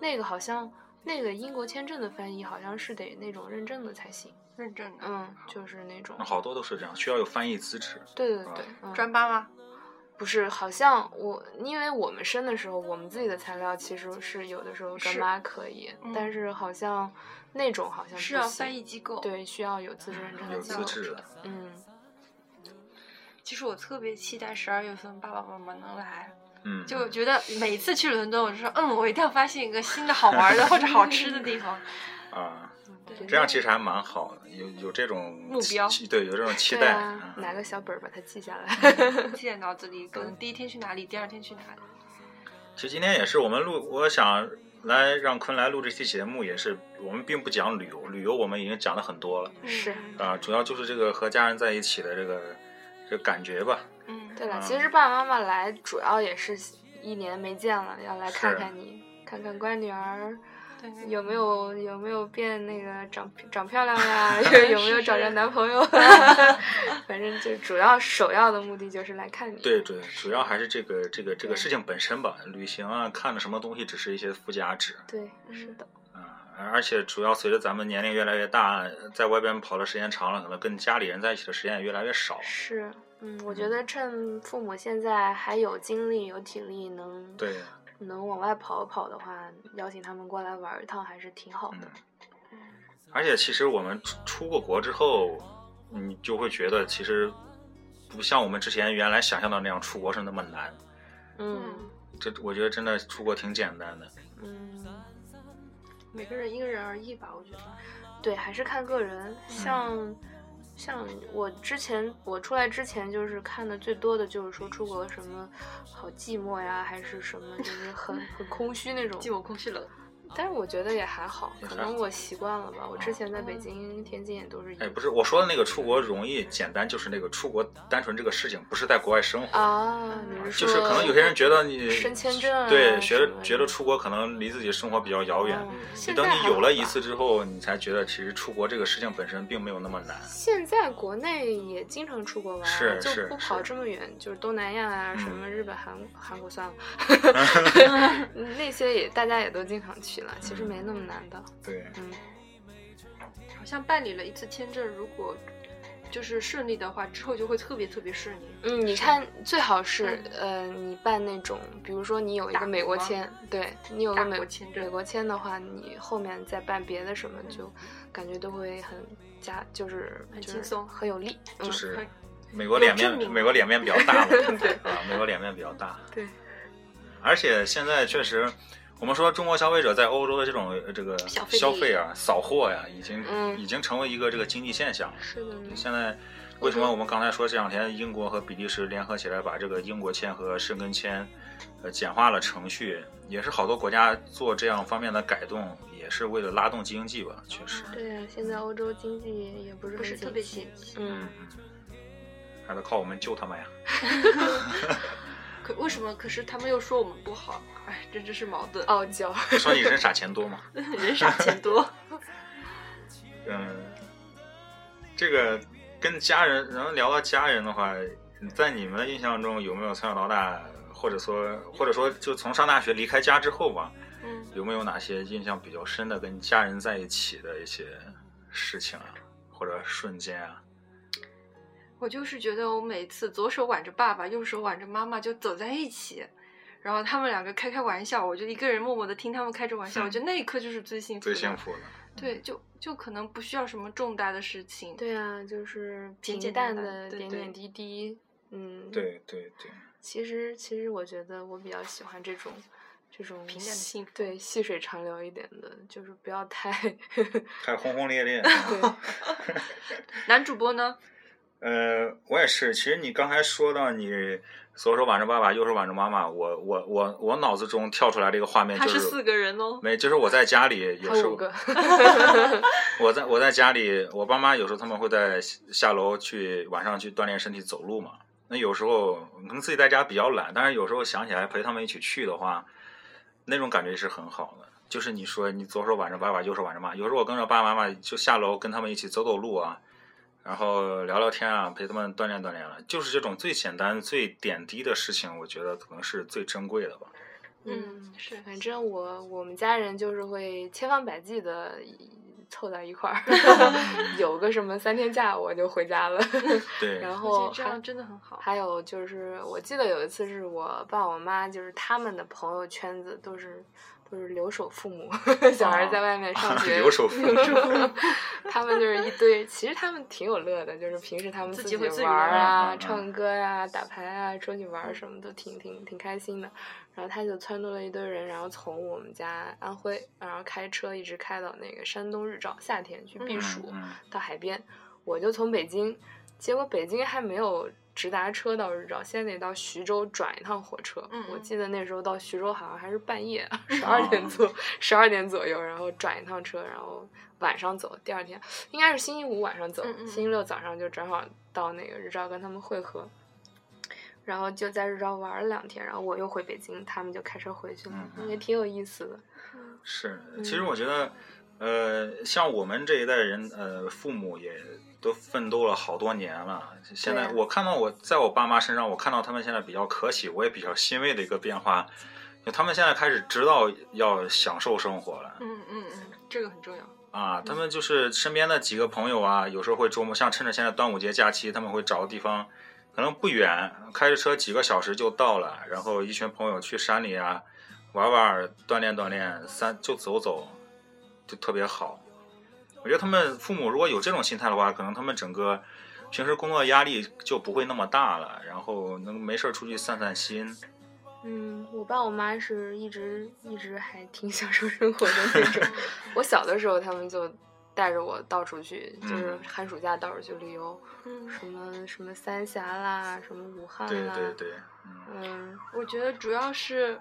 Speaker 4: 那个好像那个英国签证的翻译好像是得那种认证的才行，
Speaker 2: 认证的，
Speaker 4: 嗯，就是那种
Speaker 3: 那，好多都是这样，需要有翻译资质。
Speaker 4: 对对
Speaker 3: 啊
Speaker 4: 对，嗯
Speaker 2: 专八吗？
Speaker 4: 不是，好像我因为我们申的时候，我们自己的材料其实是有的时候专
Speaker 2: 是
Speaker 4: 八可以，
Speaker 2: 嗯
Speaker 4: 但是好像那种好像
Speaker 2: 是
Speaker 4: 不
Speaker 2: 要
Speaker 4: 行
Speaker 2: 翻译，机构。，
Speaker 4: 对，需要有资质认证的
Speaker 3: 有
Speaker 4: 机
Speaker 3: 资
Speaker 4: 构，
Speaker 3: 质的，
Speaker 4: 嗯，
Speaker 2: 其实我特别期待十二月份爸爸妈妈能来，
Speaker 3: 嗯，
Speaker 2: 就我觉得每次去伦敦，我就说，嗯，我一定要发现一个新的好玩的或者好吃的地 方。
Speaker 3: 啊，
Speaker 4: 对
Speaker 3: 这样其实还蛮好的，有有这种
Speaker 2: 目
Speaker 3: 期
Speaker 2: 标
Speaker 3: 期对，有这种期
Speaker 4: 对
Speaker 3: 待。
Speaker 4: 啊，
Speaker 3: 嗯
Speaker 4: 拿个小本儿把它记 下来。
Speaker 2: 记在脑子里，可能第一天去哪里，第二天去哪里。
Speaker 3: 其实今天也是我们录，我想来让坤来录这期节目，也是我们并不讲旅游，旅游我们已经讲了很多了
Speaker 4: 是
Speaker 3: 啊，主要就是这个和家人在一起的这个这感觉吧。
Speaker 2: 嗯，
Speaker 4: 对了，
Speaker 3: 嗯
Speaker 4: 其实爸爸妈妈来主要也是一年没见了，要来看
Speaker 3: 是
Speaker 4: 看你，看看乖女儿
Speaker 2: 对对，
Speaker 4: 有没有有没有变那个长长漂亮呀， 有没有找着男朋 友啊，反正就主要首要的目的就是来看你。
Speaker 3: 对对，主要还是这个这个这个事情本身吧，旅行啊，看的什么东西只是一些附加值
Speaker 4: 对，是的，
Speaker 3: 啊，而且主要随着咱们年龄越来越大，在外边跑的时间长了，可能跟家里人在一起的时间也越来越少。
Speaker 4: 是。嗯，我觉得趁父母现在还有精力、有体力，能
Speaker 3: 对，
Speaker 4: 能往外跑一跑的话，邀请他们过来玩一趟还是挺好的。
Speaker 3: 嗯
Speaker 4: 嗯
Speaker 3: 而且其实我们出出过国之后，你就会觉得其实不像我们之前原来想象的那样，出国是那么难。
Speaker 4: 嗯
Speaker 3: 这我觉得真的出国挺简单的，
Speaker 4: 嗯
Speaker 2: 每个人因人而异吧，我觉得。
Speaker 4: 对，还是看个人。像、像我之前我出来之前，就是看的最多的就是说出国什么好寂寞呀，还是什么就是很很空虚那种。
Speaker 2: 寂寞空虚冷，
Speaker 4: 但是我觉得也还好，
Speaker 3: 也
Speaker 4: 可
Speaker 3: 还
Speaker 4: 能
Speaker 3: 好
Speaker 4: 我习惯了吧。我之
Speaker 3: 哦
Speaker 4: 前在北
Speaker 2: 嗯
Speaker 4: 京、天津也都是一
Speaker 3: 哎，不是我说的那个出国容易简单，就是那个出国单纯这个事情，不是在国外生活，
Speaker 4: 啊，你是
Speaker 3: 就是可能有些人觉得你
Speaker 4: 申签证啊
Speaker 3: 对，
Speaker 4: 什
Speaker 3: 觉
Speaker 4: 么
Speaker 3: 得
Speaker 4: 的
Speaker 3: 觉得出国可能离自己生活比较遥远。
Speaker 4: 哦
Speaker 3: 你
Speaker 4: 现
Speaker 3: 等
Speaker 4: 在
Speaker 3: 你
Speaker 4: 还
Speaker 3: 有
Speaker 4: 好
Speaker 3: 了
Speaker 4: 吧
Speaker 3: 一次之后，你才觉得其实出国这个事情本身并没有那么难。
Speaker 4: 现在国内也经常出国玩啊，
Speaker 3: 是是
Speaker 4: 就不跑
Speaker 3: 是
Speaker 4: 这么远，就是东南亚啊，
Speaker 3: 嗯
Speaker 4: 什么日本、韩韩 国算了， 那些也大家也都经常去了，其实没那么难的。
Speaker 3: 对，
Speaker 4: 嗯，
Speaker 2: 好像办理了一次签证，如果就是顺利的话，之后就会特别特别顺利。
Speaker 4: 嗯，你看，最好是呃，你办那种，比如说你有一
Speaker 2: 嗯打
Speaker 4: 个美国
Speaker 2: 工吗
Speaker 4: 签，对你有个
Speaker 2: 打
Speaker 4: 美
Speaker 2: 国签证嗯
Speaker 4: 美国签的话，你后面再办别的什么，就感觉都会很加，就是
Speaker 2: 很
Speaker 4: 就
Speaker 2: 轻
Speaker 4: 是
Speaker 2: 松
Speaker 4: 很有力。嗯
Speaker 3: 就是
Speaker 2: 嗯
Speaker 3: 美国脸
Speaker 2: 有证
Speaker 3: 面，
Speaker 2: 明
Speaker 3: 美国脸面比较 大嘛，
Speaker 4: 对
Speaker 3: 啊，美国脸面比较大。
Speaker 4: 对，
Speaker 3: 而且现在确实，我们说中国消费者在欧洲的这种呃这个
Speaker 2: 消费力
Speaker 3: 消费啊、扫货呀、已经、
Speaker 4: 嗯
Speaker 3: 已经成为一个这个经济现象。
Speaker 4: 是的
Speaker 2: 嗯
Speaker 4: 呢，
Speaker 3: 现在为什么我们刚才说这两天英国和比利时联合起来把这个英国签和申根签，呃，简化了程序，也是好多国家做这样方面的改动，也是为了拉动经济吧，确实。
Speaker 4: 对啊，现在欧洲经济也不是
Speaker 2: 不是
Speaker 4: 很
Speaker 2: 特别
Speaker 4: 景气
Speaker 2: 紧，急。
Speaker 4: 嗯，
Speaker 3: 还得靠我们救他们呀！
Speaker 2: 可为什么？可是他们又说我们不好，哎，这真是矛盾。
Speaker 4: 傲 娇。
Speaker 3: 说你人傻钱多嘛？
Speaker 2: 人傻钱 多，
Speaker 3: 嗯，这个跟家人，然后聊到家人的话，在你们的印象中有没有从小到大，或者说或者说就从上大学离开家之后吧，
Speaker 2: 嗯，
Speaker 3: 有没有哪些印象比较深的跟家人在一起的一些事情啊，或者瞬间啊？
Speaker 2: 我就是觉得我每次左手挽着爸爸，右手挽着妈妈就走在一起，然后他们两个开开玩笑，我就一个人默默的听他们开着玩笑，
Speaker 3: 嗯
Speaker 2: 我觉得那一刻就是最幸福
Speaker 3: 最
Speaker 2: 的，
Speaker 3: 幸福的，
Speaker 2: 对，就就可能不需要什么重大的事情，
Speaker 4: 对啊，就是
Speaker 2: 简
Speaker 4: 平
Speaker 2: 简单单
Speaker 4: 淡的
Speaker 2: 对
Speaker 4: 点
Speaker 2: 对
Speaker 4: 点滴滴。嗯，，
Speaker 3: 对对对，
Speaker 4: 其实其实我觉得我比较喜欢这种这种
Speaker 2: 平淡的
Speaker 4: 细
Speaker 2: 幸福
Speaker 4: 对细水长流一点的，就是不要太
Speaker 3: 还轰轰烈 烈。
Speaker 4: 对，
Speaker 2: 男主播呢？
Speaker 3: 呃，我也是。其实你刚才说到你左手挽着爸爸，右手挽着妈妈，我我我我脑子中跳出来这个画面
Speaker 2: 他
Speaker 3: 就是
Speaker 2: 四个人哦，
Speaker 3: 没，就是我在家里有
Speaker 4: 还
Speaker 3: 时
Speaker 4: 有五
Speaker 3: 候，
Speaker 4: 个
Speaker 3: 我在我在家里，我爸妈有时候他们会在下下楼去晚上去锻炼身体走路嘛。那有时候可能自己在家比较懒，但是有时候想起来陪他们一起去的话，那种感觉是很好的。就是你说你左手挽着爸爸，右手挽着妈，有时候我跟着爸爸妈妈就下楼跟他们一起走走路啊，然后聊聊天啊，陪他们锻炼锻炼了。就是这种最简单、最点滴的事情，我觉得可能是最珍贵的吧。
Speaker 4: 嗯，
Speaker 2: 是
Speaker 4: 反正我我们家人就是会千方百计的凑到一块儿， 有个什么三天假我就回家了，
Speaker 3: 对，嗯
Speaker 4: 然
Speaker 2: 我觉
Speaker 4: 后
Speaker 2: 得这
Speaker 4: 还
Speaker 2: 样真的很好，
Speaker 4: 还有就是，我记得有一次是我爸我妈，就是他们的朋友圈子都是都是留守父母， 小孩在外面上学，
Speaker 3: 留守父母
Speaker 4: 留守父母他们就是一堆，其实他们挺有乐的，就是平时他们
Speaker 2: 自己
Speaker 4: 己
Speaker 2: 会自娱
Speaker 4: 玩儿
Speaker 3: 乐
Speaker 4: 啊、
Speaker 3: 嗯嗯嗯
Speaker 4: 唱歌呀、打牌啊、出去玩儿什么都挺挺挺开心的。然后他就撺掇了一堆人，然后从我们家安徽，然后开车一直开到那个山东日照，夏天去避
Speaker 2: 嗯
Speaker 4: 暑。
Speaker 3: 嗯
Speaker 4: 到海边，我就从北京，结果北京还没有直达车到日照，先得到徐州转一趟火车。
Speaker 2: 嗯
Speaker 4: 我
Speaker 2: 嗯
Speaker 4: 记得那时候到徐州好像还是半 夜十二
Speaker 3: 嗯
Speaker 4: 点左十二点左右，然后转一趟车，然后晚上走，第二天应该是星期五晚上走，
Speaker 2: 嗯嗯
Speaker 4: 星期六早上就正好到那个日照跟他们会合。然后就在日照玩了两天，然后我又回北京，他们就开车回去了，
Speaker 3: 嗯嗯
Speaker 4: 也挺有意思的。
Speaker 3: 是，其实我觉得，呃，像我们这一代人，呃，父母也都奋斗了好多年了。现在
Speaker 4: 对
Speaker 3: 我看到我在我爸妈身上，我看到他们现在比较可喜，我也比较欣慰的一个变化，就他们现在开始知道要享受生活了。
Speaker 2: 嗯嗯嗯，这个很重要，
Speaker 3: 啊，他们就是身边的几个朋友啊，有时候会周末，像趁着现在端午节假期，他们会找个地方，可能不远，开着车几个小时就到了。然后一群朋友去山里啊，玩玩，锻炼锻炼，三就走走，就特别好。我觉得他们父母如果有这种心态的话，可能他们整个平时工作压力就不会那么大了，然后能没事儿出去散散心。
Speaker 4: 嗯，我爸我妈是一直一直还挺 享受生活的那 种。我小的时候，他们就带着我到处去，就是
Speaker 3: 嗯
Speaker 4: 寒暑假到处去旅游，
Speaker 2: 嗯。
Speaker 4: 什么什么三峡啦，什么武汉
Speaker 3: 对
Speaker 4: 啦，
Speaker 3: 对对，嗯，
Speaker 4: 嗯，
Speaker 2: 我觉得主要是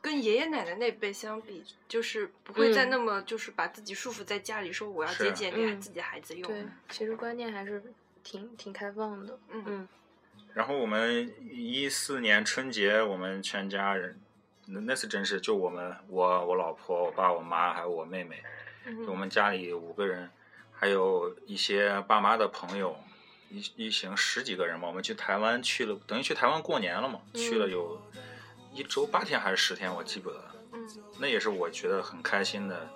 Speaker 2: 跟爷爷奶奶那辈相比，就是不会再
Speaker 4: 嗯
Speaker 2: 那么就是把自己束缚在家里，说我要
Speaker 3: 是
Speaker 2: 节俭给
Speaker 4: 嗯
Speaker 2: 自己的孩子用。
Speaker 4: 对，其实观念还是挺挺开放的。
Speaker 2: 嗯
Speaker 4: 嗯，
Speaker 3: 然后我们一四年春节，我们全家人，那那次真是就我们我我老婆、我爸、我妈还有我妹妹，
Speaker 2: 嗯
Speaker 3: 就我们家里五个人，还有一些爸妈的朋友，一一行十几个人嘛，我们去台湾去了，等于去台湾过年了嘛，去了有一周八天还是十天，我记不得了。
Speaker 2: 嗯，
Speaker 3: 那也是我觉得很开心的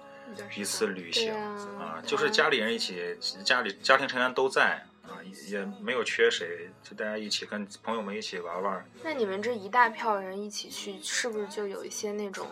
Speaker 3: 一次旅
Speaker 4: 对
Speaker 3: 行
Speaker 4: 啊
Speaker 3: 啊，就是家里人一起，家里家庭成员都在啊，也没有缺谁，就大家一起跟朋友们一起玩玩。
Speaker 4: 那你们这一大票人一起去，是不是就有一些那种，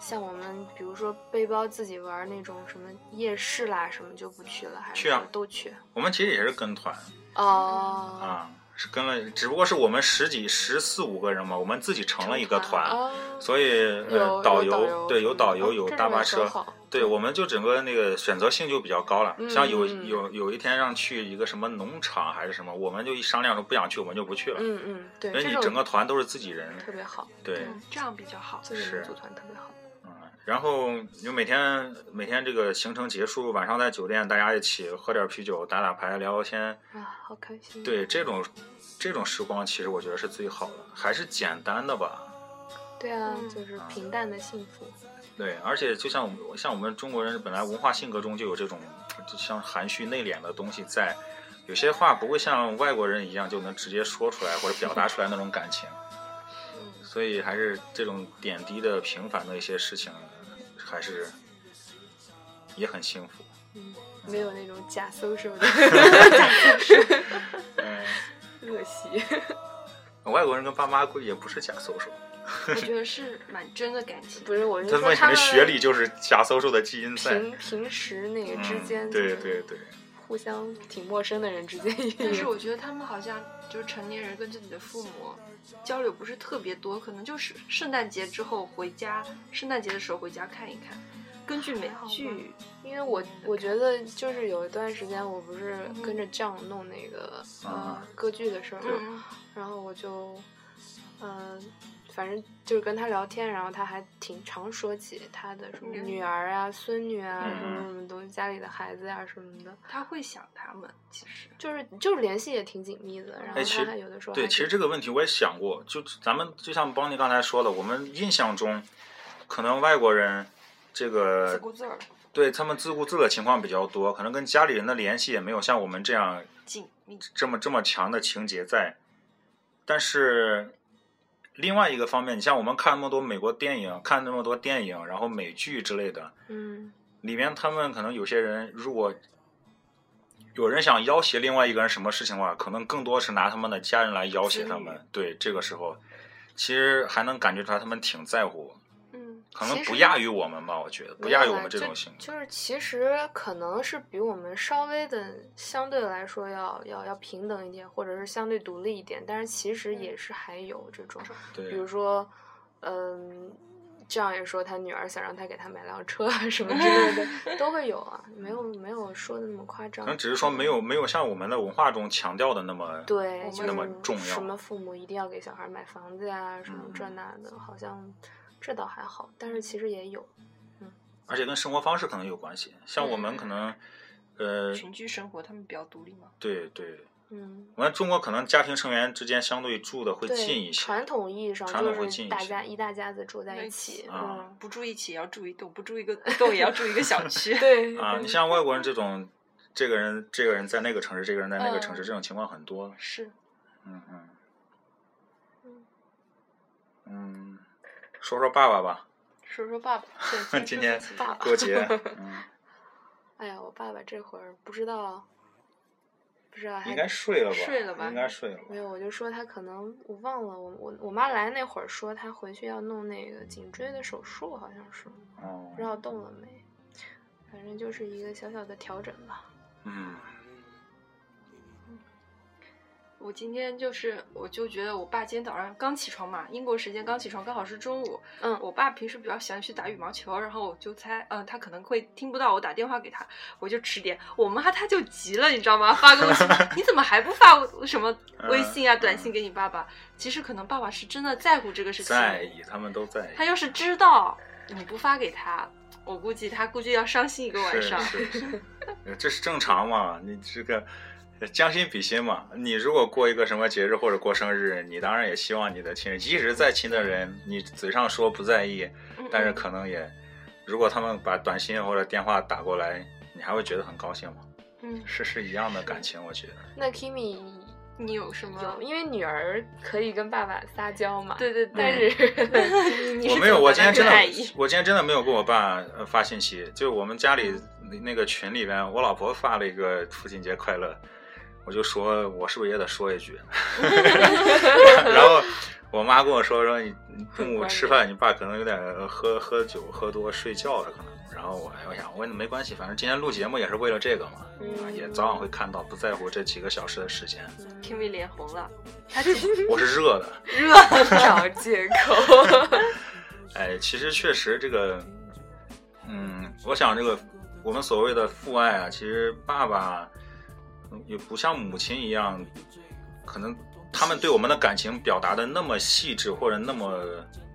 Speaker 4: 像我们比如说背包自己玩那种什么夜市啦什么就不去了，还是
Speaker 3: 去啊
Speaker 4: 说都去？
Speaker 3: 我们其实也是跟团
Speaker 4: 哦，
Speaker 3: 啊，是跟了，只不过是我们十几、十四五个人嘛，我们自己成了一个团，
Speaker 4: 哦
Speaker 3: 啊所以
Speaker 4: 有
Speaker 3: 呃，导
Speaker 4: 有导游
Speaker 3: 对有导
Speaker 4: 哦
Speaker 3: 游有
Speaker 4: 这
Speaker 3: 大
Speaker 4: 种也
Speaker 3: 巴
Speaker 4: 很
Speaker 3: 车，
Speaker 4: 好
Speaker 3: 对，我们就整个那个选择性就比较高了。
Speaker 4: 嗯
Speaker 3: 像有
Speaker 4: 嗯嗯
Speaker 3: 有有一天让去一个什么农场还是什么，我们就一商量说不想去，我们就不去了。
Speaker 4: 嗯嗯，对，
Speaker 3: 因为
Speaker 4: 这
Speaker 3: 你
Speaker 4: 种
Speaker 3: 整个团都是自己人，
Speaker 4: 特别好，
Speaker 3: 对，
Speaker 2: 嗯，这样比较好。
Speaker 4: 自己
Speaker 3: 是
Speaker 4: 人组团特别好。
Speaker 3: 嗯，然后你就每天每天这个行程结束，晚上在酒店大家一起喝点啤酒，打打牌，聊聊天，
Speaker 4: 啊，好开心！
Speaker 3: 对这种这种时光，其实我觉得是最好的，还是简单的吧。
Speaker 4: 对啊，
Speaker 2: 嗯
Speaker 4: 就是平淡的幸福。
Speaker 3: 对，而且就像我们像我们中国人本来文化性格中就有这种就像含蓄内敛的东西在，有些话不会像外国人一样就能直接说出来或者表达出来那种感情，
Speaker 4: 嗯
Speaker 3: 所以还是这种点滴的平凡的一些事情，还是也很幸福。
Speaker 4: 嗯，没有那种假 social 的
Speaker 3: 嗯，
Speaker 4: 恶习。
Speaker 3: 外国人跟爸妈估计也不是假搜手，
Speaker 2: 我觉得是蛮真的感情。
Speaker 4: 不是，我是
Speaker 3: 他
Speaker 4: 说
Speaker 3: 们
Speaker 4: 他
Speaker 3: 肯定
Speaker 4: 们
Speaker 3: 学历就是假搜手的基因在。
Speaker 4: 平平时那个
Speaker 3: 嗯
Speaker 4: 之间，
Speaker 3: 对对，对，
Speaker 4: 互相挺陌生的人之间也有，
Speaker 2: 但是我觉得他们好像就是成年人跟自己的父母交流不是特别多，可能就是圣诞节之后回家，圣诞节的时候回家看一看。根据美
Speaker 4: 还好吧
Speaker 2: 剧，
Speaker 4: 因为我我觉得就是有一段时间我不是跟着酱弄那个呃
Speaker 3: 啊
Speaker 4: 歌剧的事儿嘛，
Speaker 2: 嗯，
Speaker 4: 然后我就，嗯、反正就是跟他聊天，然后他还挺常说起他的什么
Speaker 2: 嗯
Speaker 4: 女儿啊、孙女啊、
Speaker 3: 嗯
Speaker 4: 什么什么东西，家里的孩子呀、什么的，
Speaker 2: 他会想他们，其实
Speaker 4: 就是就是联系也挺紧密的。然后
Speaker 3: 哎其
Speaker 4: 他
Speaker 3: 实
Speaker 4: 还有的时候
Speaker 3: 对，
Speaker 4: 还
Speaker 3: 其实
Speaker 4: 挺
Speaker 3: 这个问题我也想过，就咱们就像邦尼刚才说了，我们印象中，可能外国人这
Speaker 2: 自
Speaker 3: 个
Speaker 2: 顾自儿
Speaker 3: 对他们自顾自的情况比较多，可能跟家里人的联系也没有像我们这样
Speaker 2: 紧密。
Speaker 3: 这么这么强的情节在。但是另外一个方面，你像我们看那么多美国电影，看那么多电影，然后美剧之类的，
Speaker 4: 嗯，
Speaker 3: 里面他们可能有些人如果。有人想要挟另外一个人什么事情的话，可能更多是拿他们的家人来要挟他
Speaker 2: 子
Speaker 3: 们。对，这个时候，其实还能感觉出来他们挺在乎，
Speaker 2: 嗯，
Speaker 3: 可能
Speaker 4: 其实
Speaker 3: 不亚于我们吧，我觉得不
Speaker 4: 没有
Speaker 3: 亚于我
Speaker 4: 啦
Speaker 3: 们这
Speaker 4: 就
Speaker 3: 种性格。
Speaker 4: 就是其实可能是比我们稍微的相对来说要要要平等一点，或者是相对独立一点，但是其实
Speaker 2: 嗯
Speaker 4: 也是还有这种。
Speaker 3: 对，
Speaker 4: 比如说，嗯，这样也说他女儿想让他给他买辆车啊什么之类 的，都会有啊，没有没有说的那么夸张。
Speaker 3: 可能只是说没有没有像我们的文化中强调的那么
Speaker 4: 对，
Speaker 2: 我
Speaker 4: 就
Speaker 2: 们那
Speaker 4: 是
Speaker 3: 么重
Speaker 4: 什
Speaker 3: 要
Speaker 4: 么父母一定要给小孩买房子呀，什么这
Speaker 3: 嗯
Speaker 4: 那的，好像这倒还好，但是其实也有。
Speaker 3: 而且跟生活方式可能有关系。像我
Speaker 4: 嗯
Speaker 3: 们可能，呃，
Speaker 2: 群居生活他们比较独立嘛。
Speaker 3: 对对，
Speaker 4: 嗯，
Speaker 3: 我们中国可能家庭成员之间相对住的会近
Speaker 4: 对，
Speaker 3: 一些，
Speaker 4: 传统意义上
Speaker 3: 传统
Speaker 4: 就
Speaker 3: 会
Speaker 4: 是
Speaker 3: 近一
Speaker 4: 大
Speaker 3: 些
Speaker 4: 家一大家子住在
Speaker 2: 在
Speaker 4: 一
Speaker 2: 一
Speaker 4: 起
Speaker 2: 起，
Speaker 3: 啊
Speaker 4: 嗯，。
Speaker 2: 不住一起也要住一栋，不住一个栋也要住一个小区
Speaker 4: 对
Speaker 3: 啊，你像外国人这种，这个人这个人在那个城市，这个人在那个城市，
Speaker 2: 嗯
Speaker 3: 这种情况很多。
Speaker 2: 是，
Speaker 3: 嗯嗯
Speaker 4: 嗯
Speaker 3: 嗯，说说爸爸吧，
Speaker 2: 说说爸爸，对先说
Speaker 3: 今天
Speaker 2: 自己
Speaker 4: 爸爸
Speaker 3: 过节， 嗯，
Speaker 4: 哎呀，我爸爸这会儿不知道，不知道还
Speaker 3: 应该睡了吧？
Speaker 2: 睡了吧
Speaker 3: 应该睡了吧
Speaker 4: 没？有，我就说他可能我忘了，我我我妈来那会儿说他回去要弄那个颈椎的手术，好像是
Speaker 3: 哦
Speaker 4: 不知，道动了没，反正就是一个小小的调整吧。
Speaker 3: 嗯
Speaker 2: 我今天就是，我就觉得我爸今天早上刚起床嘛，英国时间刚起床，刚好是中午。
Speaker 4: 嗯，
Speaker 2: 我爸平时比较喜欢去打羽毛球，然后我就猜，嗯，他可能会听不到我打电话给他，我就迟点。我妈她就急了，你知道吗？发个微信，你怎么还不发什么微信啊、
Speaker 3: 嗯
Speaker 2: 短信给你爸爸？其实可能爸爸是真的在乎这个事情，
Speaker 3: 在意，他们都在意
Speaker 2: 他。要是知道你不发给他，我估计他估计要伤心一个晚上。
Speaker 3: 是 是是，呃这是正常嘛？你这个呃将心比心嘛。你如果过一个什么节日或者过生日，你当然也希望你的亲人，即使再亲的人，你嘴上说不在意，
Speaker 2: 嗯
Speaker 3: 但是
Speaker 2: 嗯
Speaker 3: 可能也，如果他们把短信或者电话打过来，你还会觉得很高兴吗？
Speaker 2: 嗯，
Speaker 3: 是是一样的感情，我觉得。
Speaker 4: 那 Kimi
Speaker 2: 你有什么？
Speaker 4: 有，因为女儿可以跟爸爸撒娇嘛，
Speaker 2: 对对
Speaker 4: 但
Speaker 2: 对，
Speaker 4: 是
Speaker 2: 你
Speaker 3: 我
Speaker 2: 是
Speaker 3: 没有，
Speaker 2: 怎么
Speaker 3: 我今天
Speaker 2: 跟
Speaker 3: 真
Speaker 2: 他
Speaker 3: 的
Speaker 2: 在意，
Speaker 3: 我今天真的没有给我爸呃发信息，就是我们家里那个群里边，我老婆发了一个父亲节快乐，我就说我是不是也得说一句？ 然后我妈跟我说说你你中午吃饭，你爸可能有点喝喝酒喝多睡觉了可能。然后我我想我说没关系，反正今天录节目也是为了这个嘛，
Speaker 2: 嗯
Speaker 3: 啊也早晚会看到，不在乎这几个小时的时间。
Speaker 2: 听米脸红了，
Speaker 3: 我是热的，
Speaker 2: 热
Speaker 4: 找借口。
Speaker 3: 哎，其实确实这个，嗯，我想这个我们所谓的父爱啊，其实爸爸嗯也不像母亲一样，可能他们对我们的感情表达的那么细致或者那么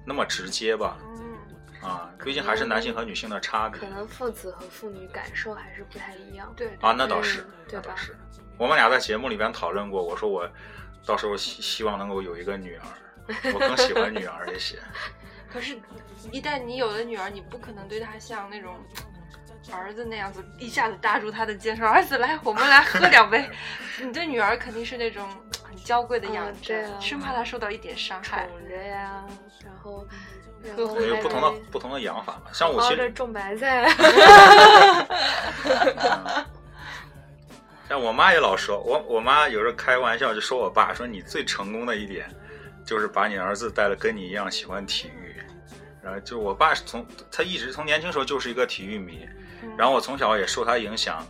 Speaker 3: 那么直接吧，
Speaker 2: 嗯，
Speaker 3: 啊，毕竟还是男性和女性的差别
Speaker 4: 可能父子和父女感受还是不太一样。
Speaker 2: 对
Speaker 3: 啊，那倒是
Speaker 4: 嗯，对
Speaker 3: 那
Speaker 4: 吧
Speaker 3: 倒是。我们俩在节目里边讨论过，我说我到时候希希望能够有一个女儿，我更喜欢女儿一 些。
Speaker 2: 可是，一旦你有了女儿，你不可能对她像那种儿子那样子一下子搭住她的肩说：“儿子，来，我们 来喝两杯。”你对女儿肯定是那种很娇贵的养
Speaker 4: 嗯
Speaker 2: 着，
Speaker 4: 对啊
Speaker 2: 生怕她受到一点伤害。
Speaker 4: 宠着呀，然后然
Speaker 2: 呵
Speaker 4: 后
Speaker 3: 有
Speaker 4: 还
Speaker 3: 不同的不同的养法嘛，像我
Speaker 4: 熬
Speaker 3: 其
Speaker 4: 着
Speaker 3: 实
Speaker 4: 种白 菜，
Speaker 3: 像我妈也老说，我我妈有时候开玩笑就说我爸说你最成功的一点，就是把你儿子带了跟你一样喜欢体育。然后就我爸是从他一直从年轻时候就是一个体育迷，
Speaker 2: 嗯
Speaker 3: 然后我从小也受他影响，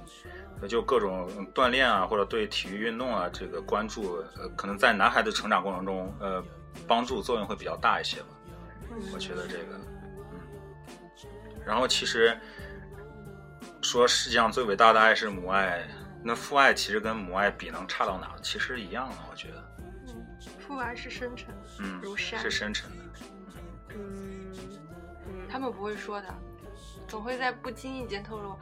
Speaker 3: 就各种锻炼啊，或者对体育运动啊这个关注，呃，可能在男孩子成长过程中，呃，帮助作用会比较大一些吧。我觉得这个，嗯。然后其实说世界上最伟大的爱是母爱，那父爱其实跟母爱比能差到哪儿？其实一样的，啊我觉得，
Speaker 2: 嗯父爱是深沉，
Speaker 3: 嗯，
Speaker 2: 如山
Speaker 3: 是深沉的，
Speaker 4: 嗯 嗯，
Speaker 2: 他们不会说的。总会在不经意间透露，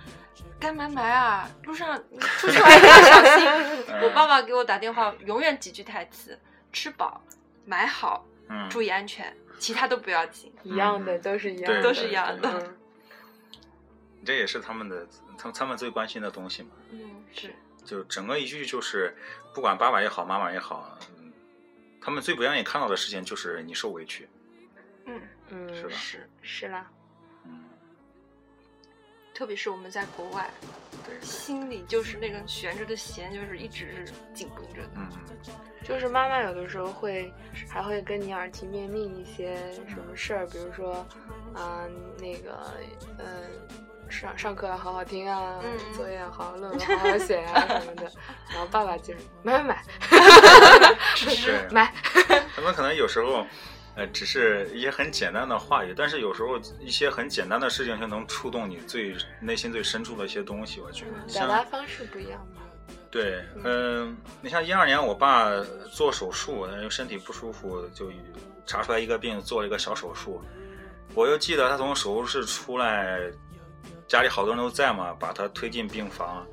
Speaker 2: 干嘛嘛啊？路上出去玩一定要小心。
Speaker 3: 嗯
Speaker 2: 我爸爸给我打电话，永远几句台词：吃饱、买好、
Speaker 3: 嗯，
Speaker 2: 注意安全，其他都不要紧。
Speaker 4: 一样
Speaker 2: 嗯
Speaker 4: 的都是一样
Speaker 3: 对，
Speaker 4: 的，
Speaker 2: 都是一样
Speaker 3: 的，
Speaker 4: 嗯，
Speaker 3: 这也是他们的，他们他们最关心的东西嘛。
Speaker 2: 嗯，是。
Speaker 3: 就整个一句就是，不管爸爸也好，妈妈也好，嗯，他们最不愿意看到的事情就是你受委屈，
Speaker 2: 嗯，
Speaker 4: 嗯
Speaker 3: 是吧
Speaker 2: 是，
Speaker 4: 是啦，
Speaker 3: 嗯，
Speaker 2: 特别是我们在国外，
Speaker 3: 对，
Speaker 2: 心里就是那根悬着的弦，就是一直是紧绷着的。
Speaker 3: 嗯，
Speaker 4: 就是妈妈有的时候会还会跟你耳提面命一些什么事儿，比如说，啊、那个，嗯、上上课要好好听啊，
Speaker 2: 嗯嗯
Speaker 4: 作业要好好论文好好写啊什么的，然后爸爸就是买买买
Speaker 3: 对，
Speaker 4: 买，
Speaker 3: 他们可能有时候，呃，只是一些很简单的话语，但是有时候一些很简单的事情就能触动你最内心最深处的一些东西。我觉得，
Speaker 4: 嗯表达
Speaker 3: 像
Speaker 4: 方式不一样嘛，
Speaker 3: 对，嗯、你像一二年我爸做手术，因为身体不舒服，就查出来一个病，做了一个小手术。我又记得他从手术室出来，家里好多人都在嘛，把他推进病房，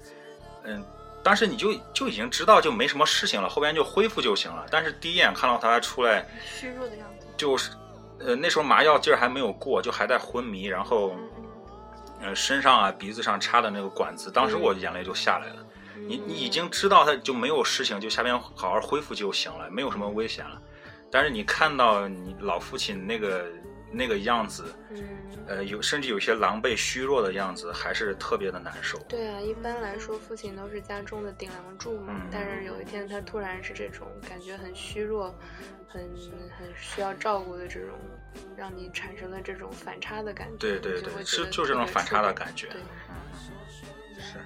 Speaker 3: 嗯。当时你就就已经知道就没什么事情了，后边就恢复就行了。但是第一眼看到他出来，
Speaker 2: 虚弱的样子。
Speaker 3: 就是，呃，那时候麻药劲儿还没有过，就还在昏迷，然后，呃，身上啊、鼻子上插的那个管子，当时我眼泪就下来了。你你已经知道他就没有事情，就下边好好恢复就行了，没有什么危险了。但是你看到你老父亲那个那个样子，
Speaker 4: 嗯，
Speaker 3: 呃，有甚至有些狼狈虚弱的样子，还是特别的难受。
Speaker 4: 对啊，一般来说父亲都是家中的顶梁柱嘛，
Speaker 3: 嗯
Speaker 4: 但是有一天他突然是这种感觉很虚弱，很很需要照顾的这种，让你产生了这种反差的感觉，
Speaker 3: 对对
Speaker 4: 你就
Speaker 3: 对
Speaker 4: 会，觉
Speaker 3: 是
Speaker 4: 得
Speaker 3: 就
Speaker 4: 特
Speaker 3: 这种
Speaker 4: 别
Speaker 3: 反差的
Speaker 4: 触动
Speaker 3: 感觉。
Speaker 4: 对，
Speaker 3: 是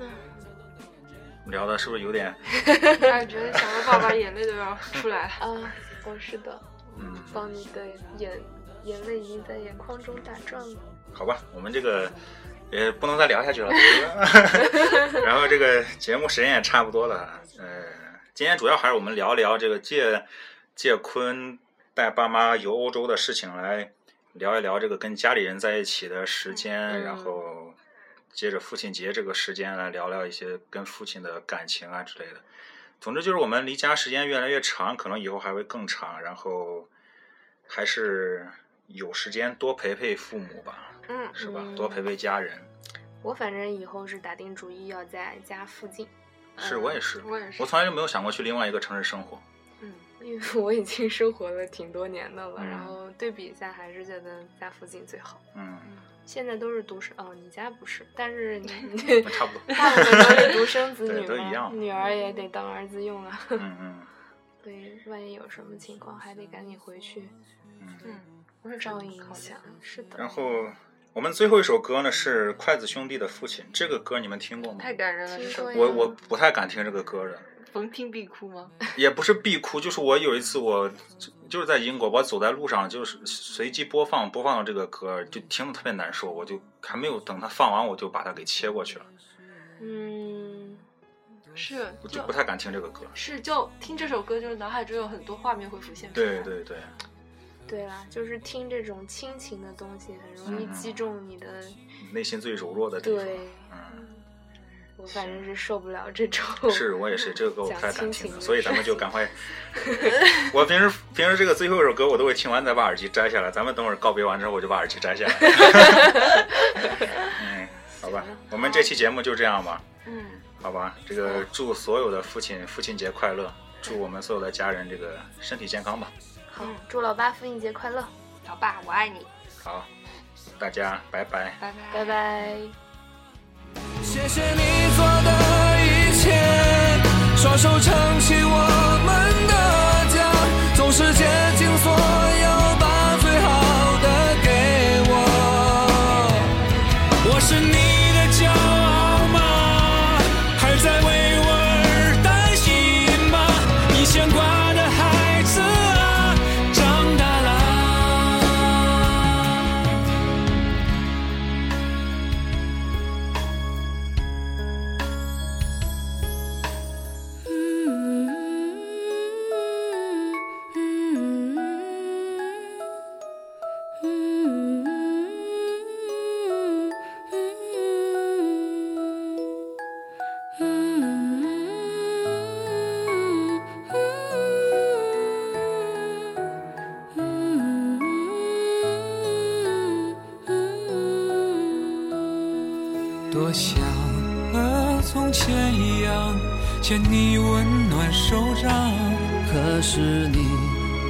Speaker 4: 嗯，
Speaker 3: 聊的是不是有点
Speaker 2: 哎，觉得想到爸爸，眼泪都要出来了。
Speaker 4: 啊，都是的，
Speaker 3: 嗯？
Speaker 4: 帮你的眼眼泪已经在眼眶中打转了。
Speaker 3: 好吧，我们这个也不能再聊下去了。 然后这个节目时间也差不多了，呃，今天主要还是我们聊聊这个借借坤带爸妈游欧洲的事情，来聊一聊这个跟家里人在一起的时间，
Speaker 4: 嗯
Speaker 3: 然后接着父亲节这个时间来聊聊一些跟父亲的感情啊之类的。总之就是我们离家时间越来越长，可能以后还会更长，然后还是有时间多陪陪父母吧，
Speaker 2: 嗯，
Speaker 3: 是吧？
Speaker 4: 嗯
Speaker 3: 多陪陪家人。
Speaker 4: 我反正以后是打定主意要在家附近，
Speaker 3: 是我也是，
Speaker 2: 嗯我也是
Speaker 3: 我。从来就没有想过去另外一个城市生活。
Speaker 2: 嗯，
Speaker 4: 因为我已经生活了挺多年的了，
Speaker 3: 嗯
Speaker 4: 然后对比一下，还是觉得家附近最好。
Speaker 3: 嗯，
Speaker 4: 现在都是独生，哦，你家不是，但是你
Speaker 3: 差不多。
Speaker 4: 大部分都是独生子
Speaker 3: 对
Speaker 4: 女
Speaker 3: 都一
Speaker 4: 嘛，
Speaker 3: 样
Speaker 4: 女儿也得当儿子 用啊。
Speaker 3: 嗯嗯
Speaker 4: 对，万一有什么情况，还得赶紧回去
Speaker 3: 嗯。
Speaker 2: 嗯，不是
Speaker 4: 照
Speaker 2: 这么
Speaker 4: 应一
Speaker 2: 考虑
Speaker 4: 下
Speaker 2: 的。
Speaker 4: 是的，
Speaker 3: 然后我们最后一首歌呢是筷子兄弟的《父亲》，这个歌你们听过吗？
Speaker 2: 太感人了，这
Speaker 4: 听
Speaker 2: 首
Speaker 4: 说
Speaker 2: 歌
Speaker 3: 我我不太敢听这个歌的，
Speaker 2: 逢听必哭吗？
Speaker 3: 也不是必哭，就是我有一次我就就是在英国，我走在路上就是随机播放，播放到这个歌就听得特别难受，我就还没有等它放完，我就把它给切过去了，
Speaker 4: 嗯，
Speaker 2: 是
Speaker 3: 我就
Speaker 2: 就
Speaker 3: 不太敢听这个歌。
Speaker 2: 是就听这首歌，就是脑海中有很多画面会浮现出来。
Speaker 3: 对对对，
Speaker 4: 对啦，就是听这种亲情的东西，很容易
Speaker 3: 嗯
Speaker 4: 击中你的。
Speaker 3: 内心最柔弱的地方。
Speaker 4: 对
Speaker 3: 嗯，
Speaker 4: 我反正是受不了这种。
Speaker 3: 是我也是，这个歌我不太敢
Speaker 4: 讲亲
Speaker 3: 听
Speaker 4: 情
Speaker 3: 的，
Speaker 4: 的
Speaker 3: 所以咱们就赶 快。我平时平时这个最后一首歌我都会听完再把耳机摘下来，咱们等会儿告别完之后我就把耳机摘下来。 嗯，好吧，我们这期节目就这样吧，
Speaker 2: 嗯，
Speaker 3: 好吧，这个祝所有的父亲父亲节快乐，祝我们所有的家人这个身体健康吧。
Speaker 4: 好，祝老爸父亲节快乐，
Speaker 2: 老爸，我爱你，
Speaker 3: 好，大家拜拜。
Speaker 2: 拜拜
Speaker 4: 拜拜。
Speaker 1: 谢谢你做的一切，双手撑起我们的家，总是竭尽所有把最好的给我。我是你的骄傲吗？还在为我而担心吗？你牵挂的孩子啊，长大啦。多想和从前一样，牵你温暖手掌。
Speaker 5: 可是你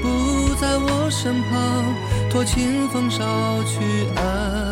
Speaker 5: 不在我身旁，托清风捎去安
Speaker 1: 啊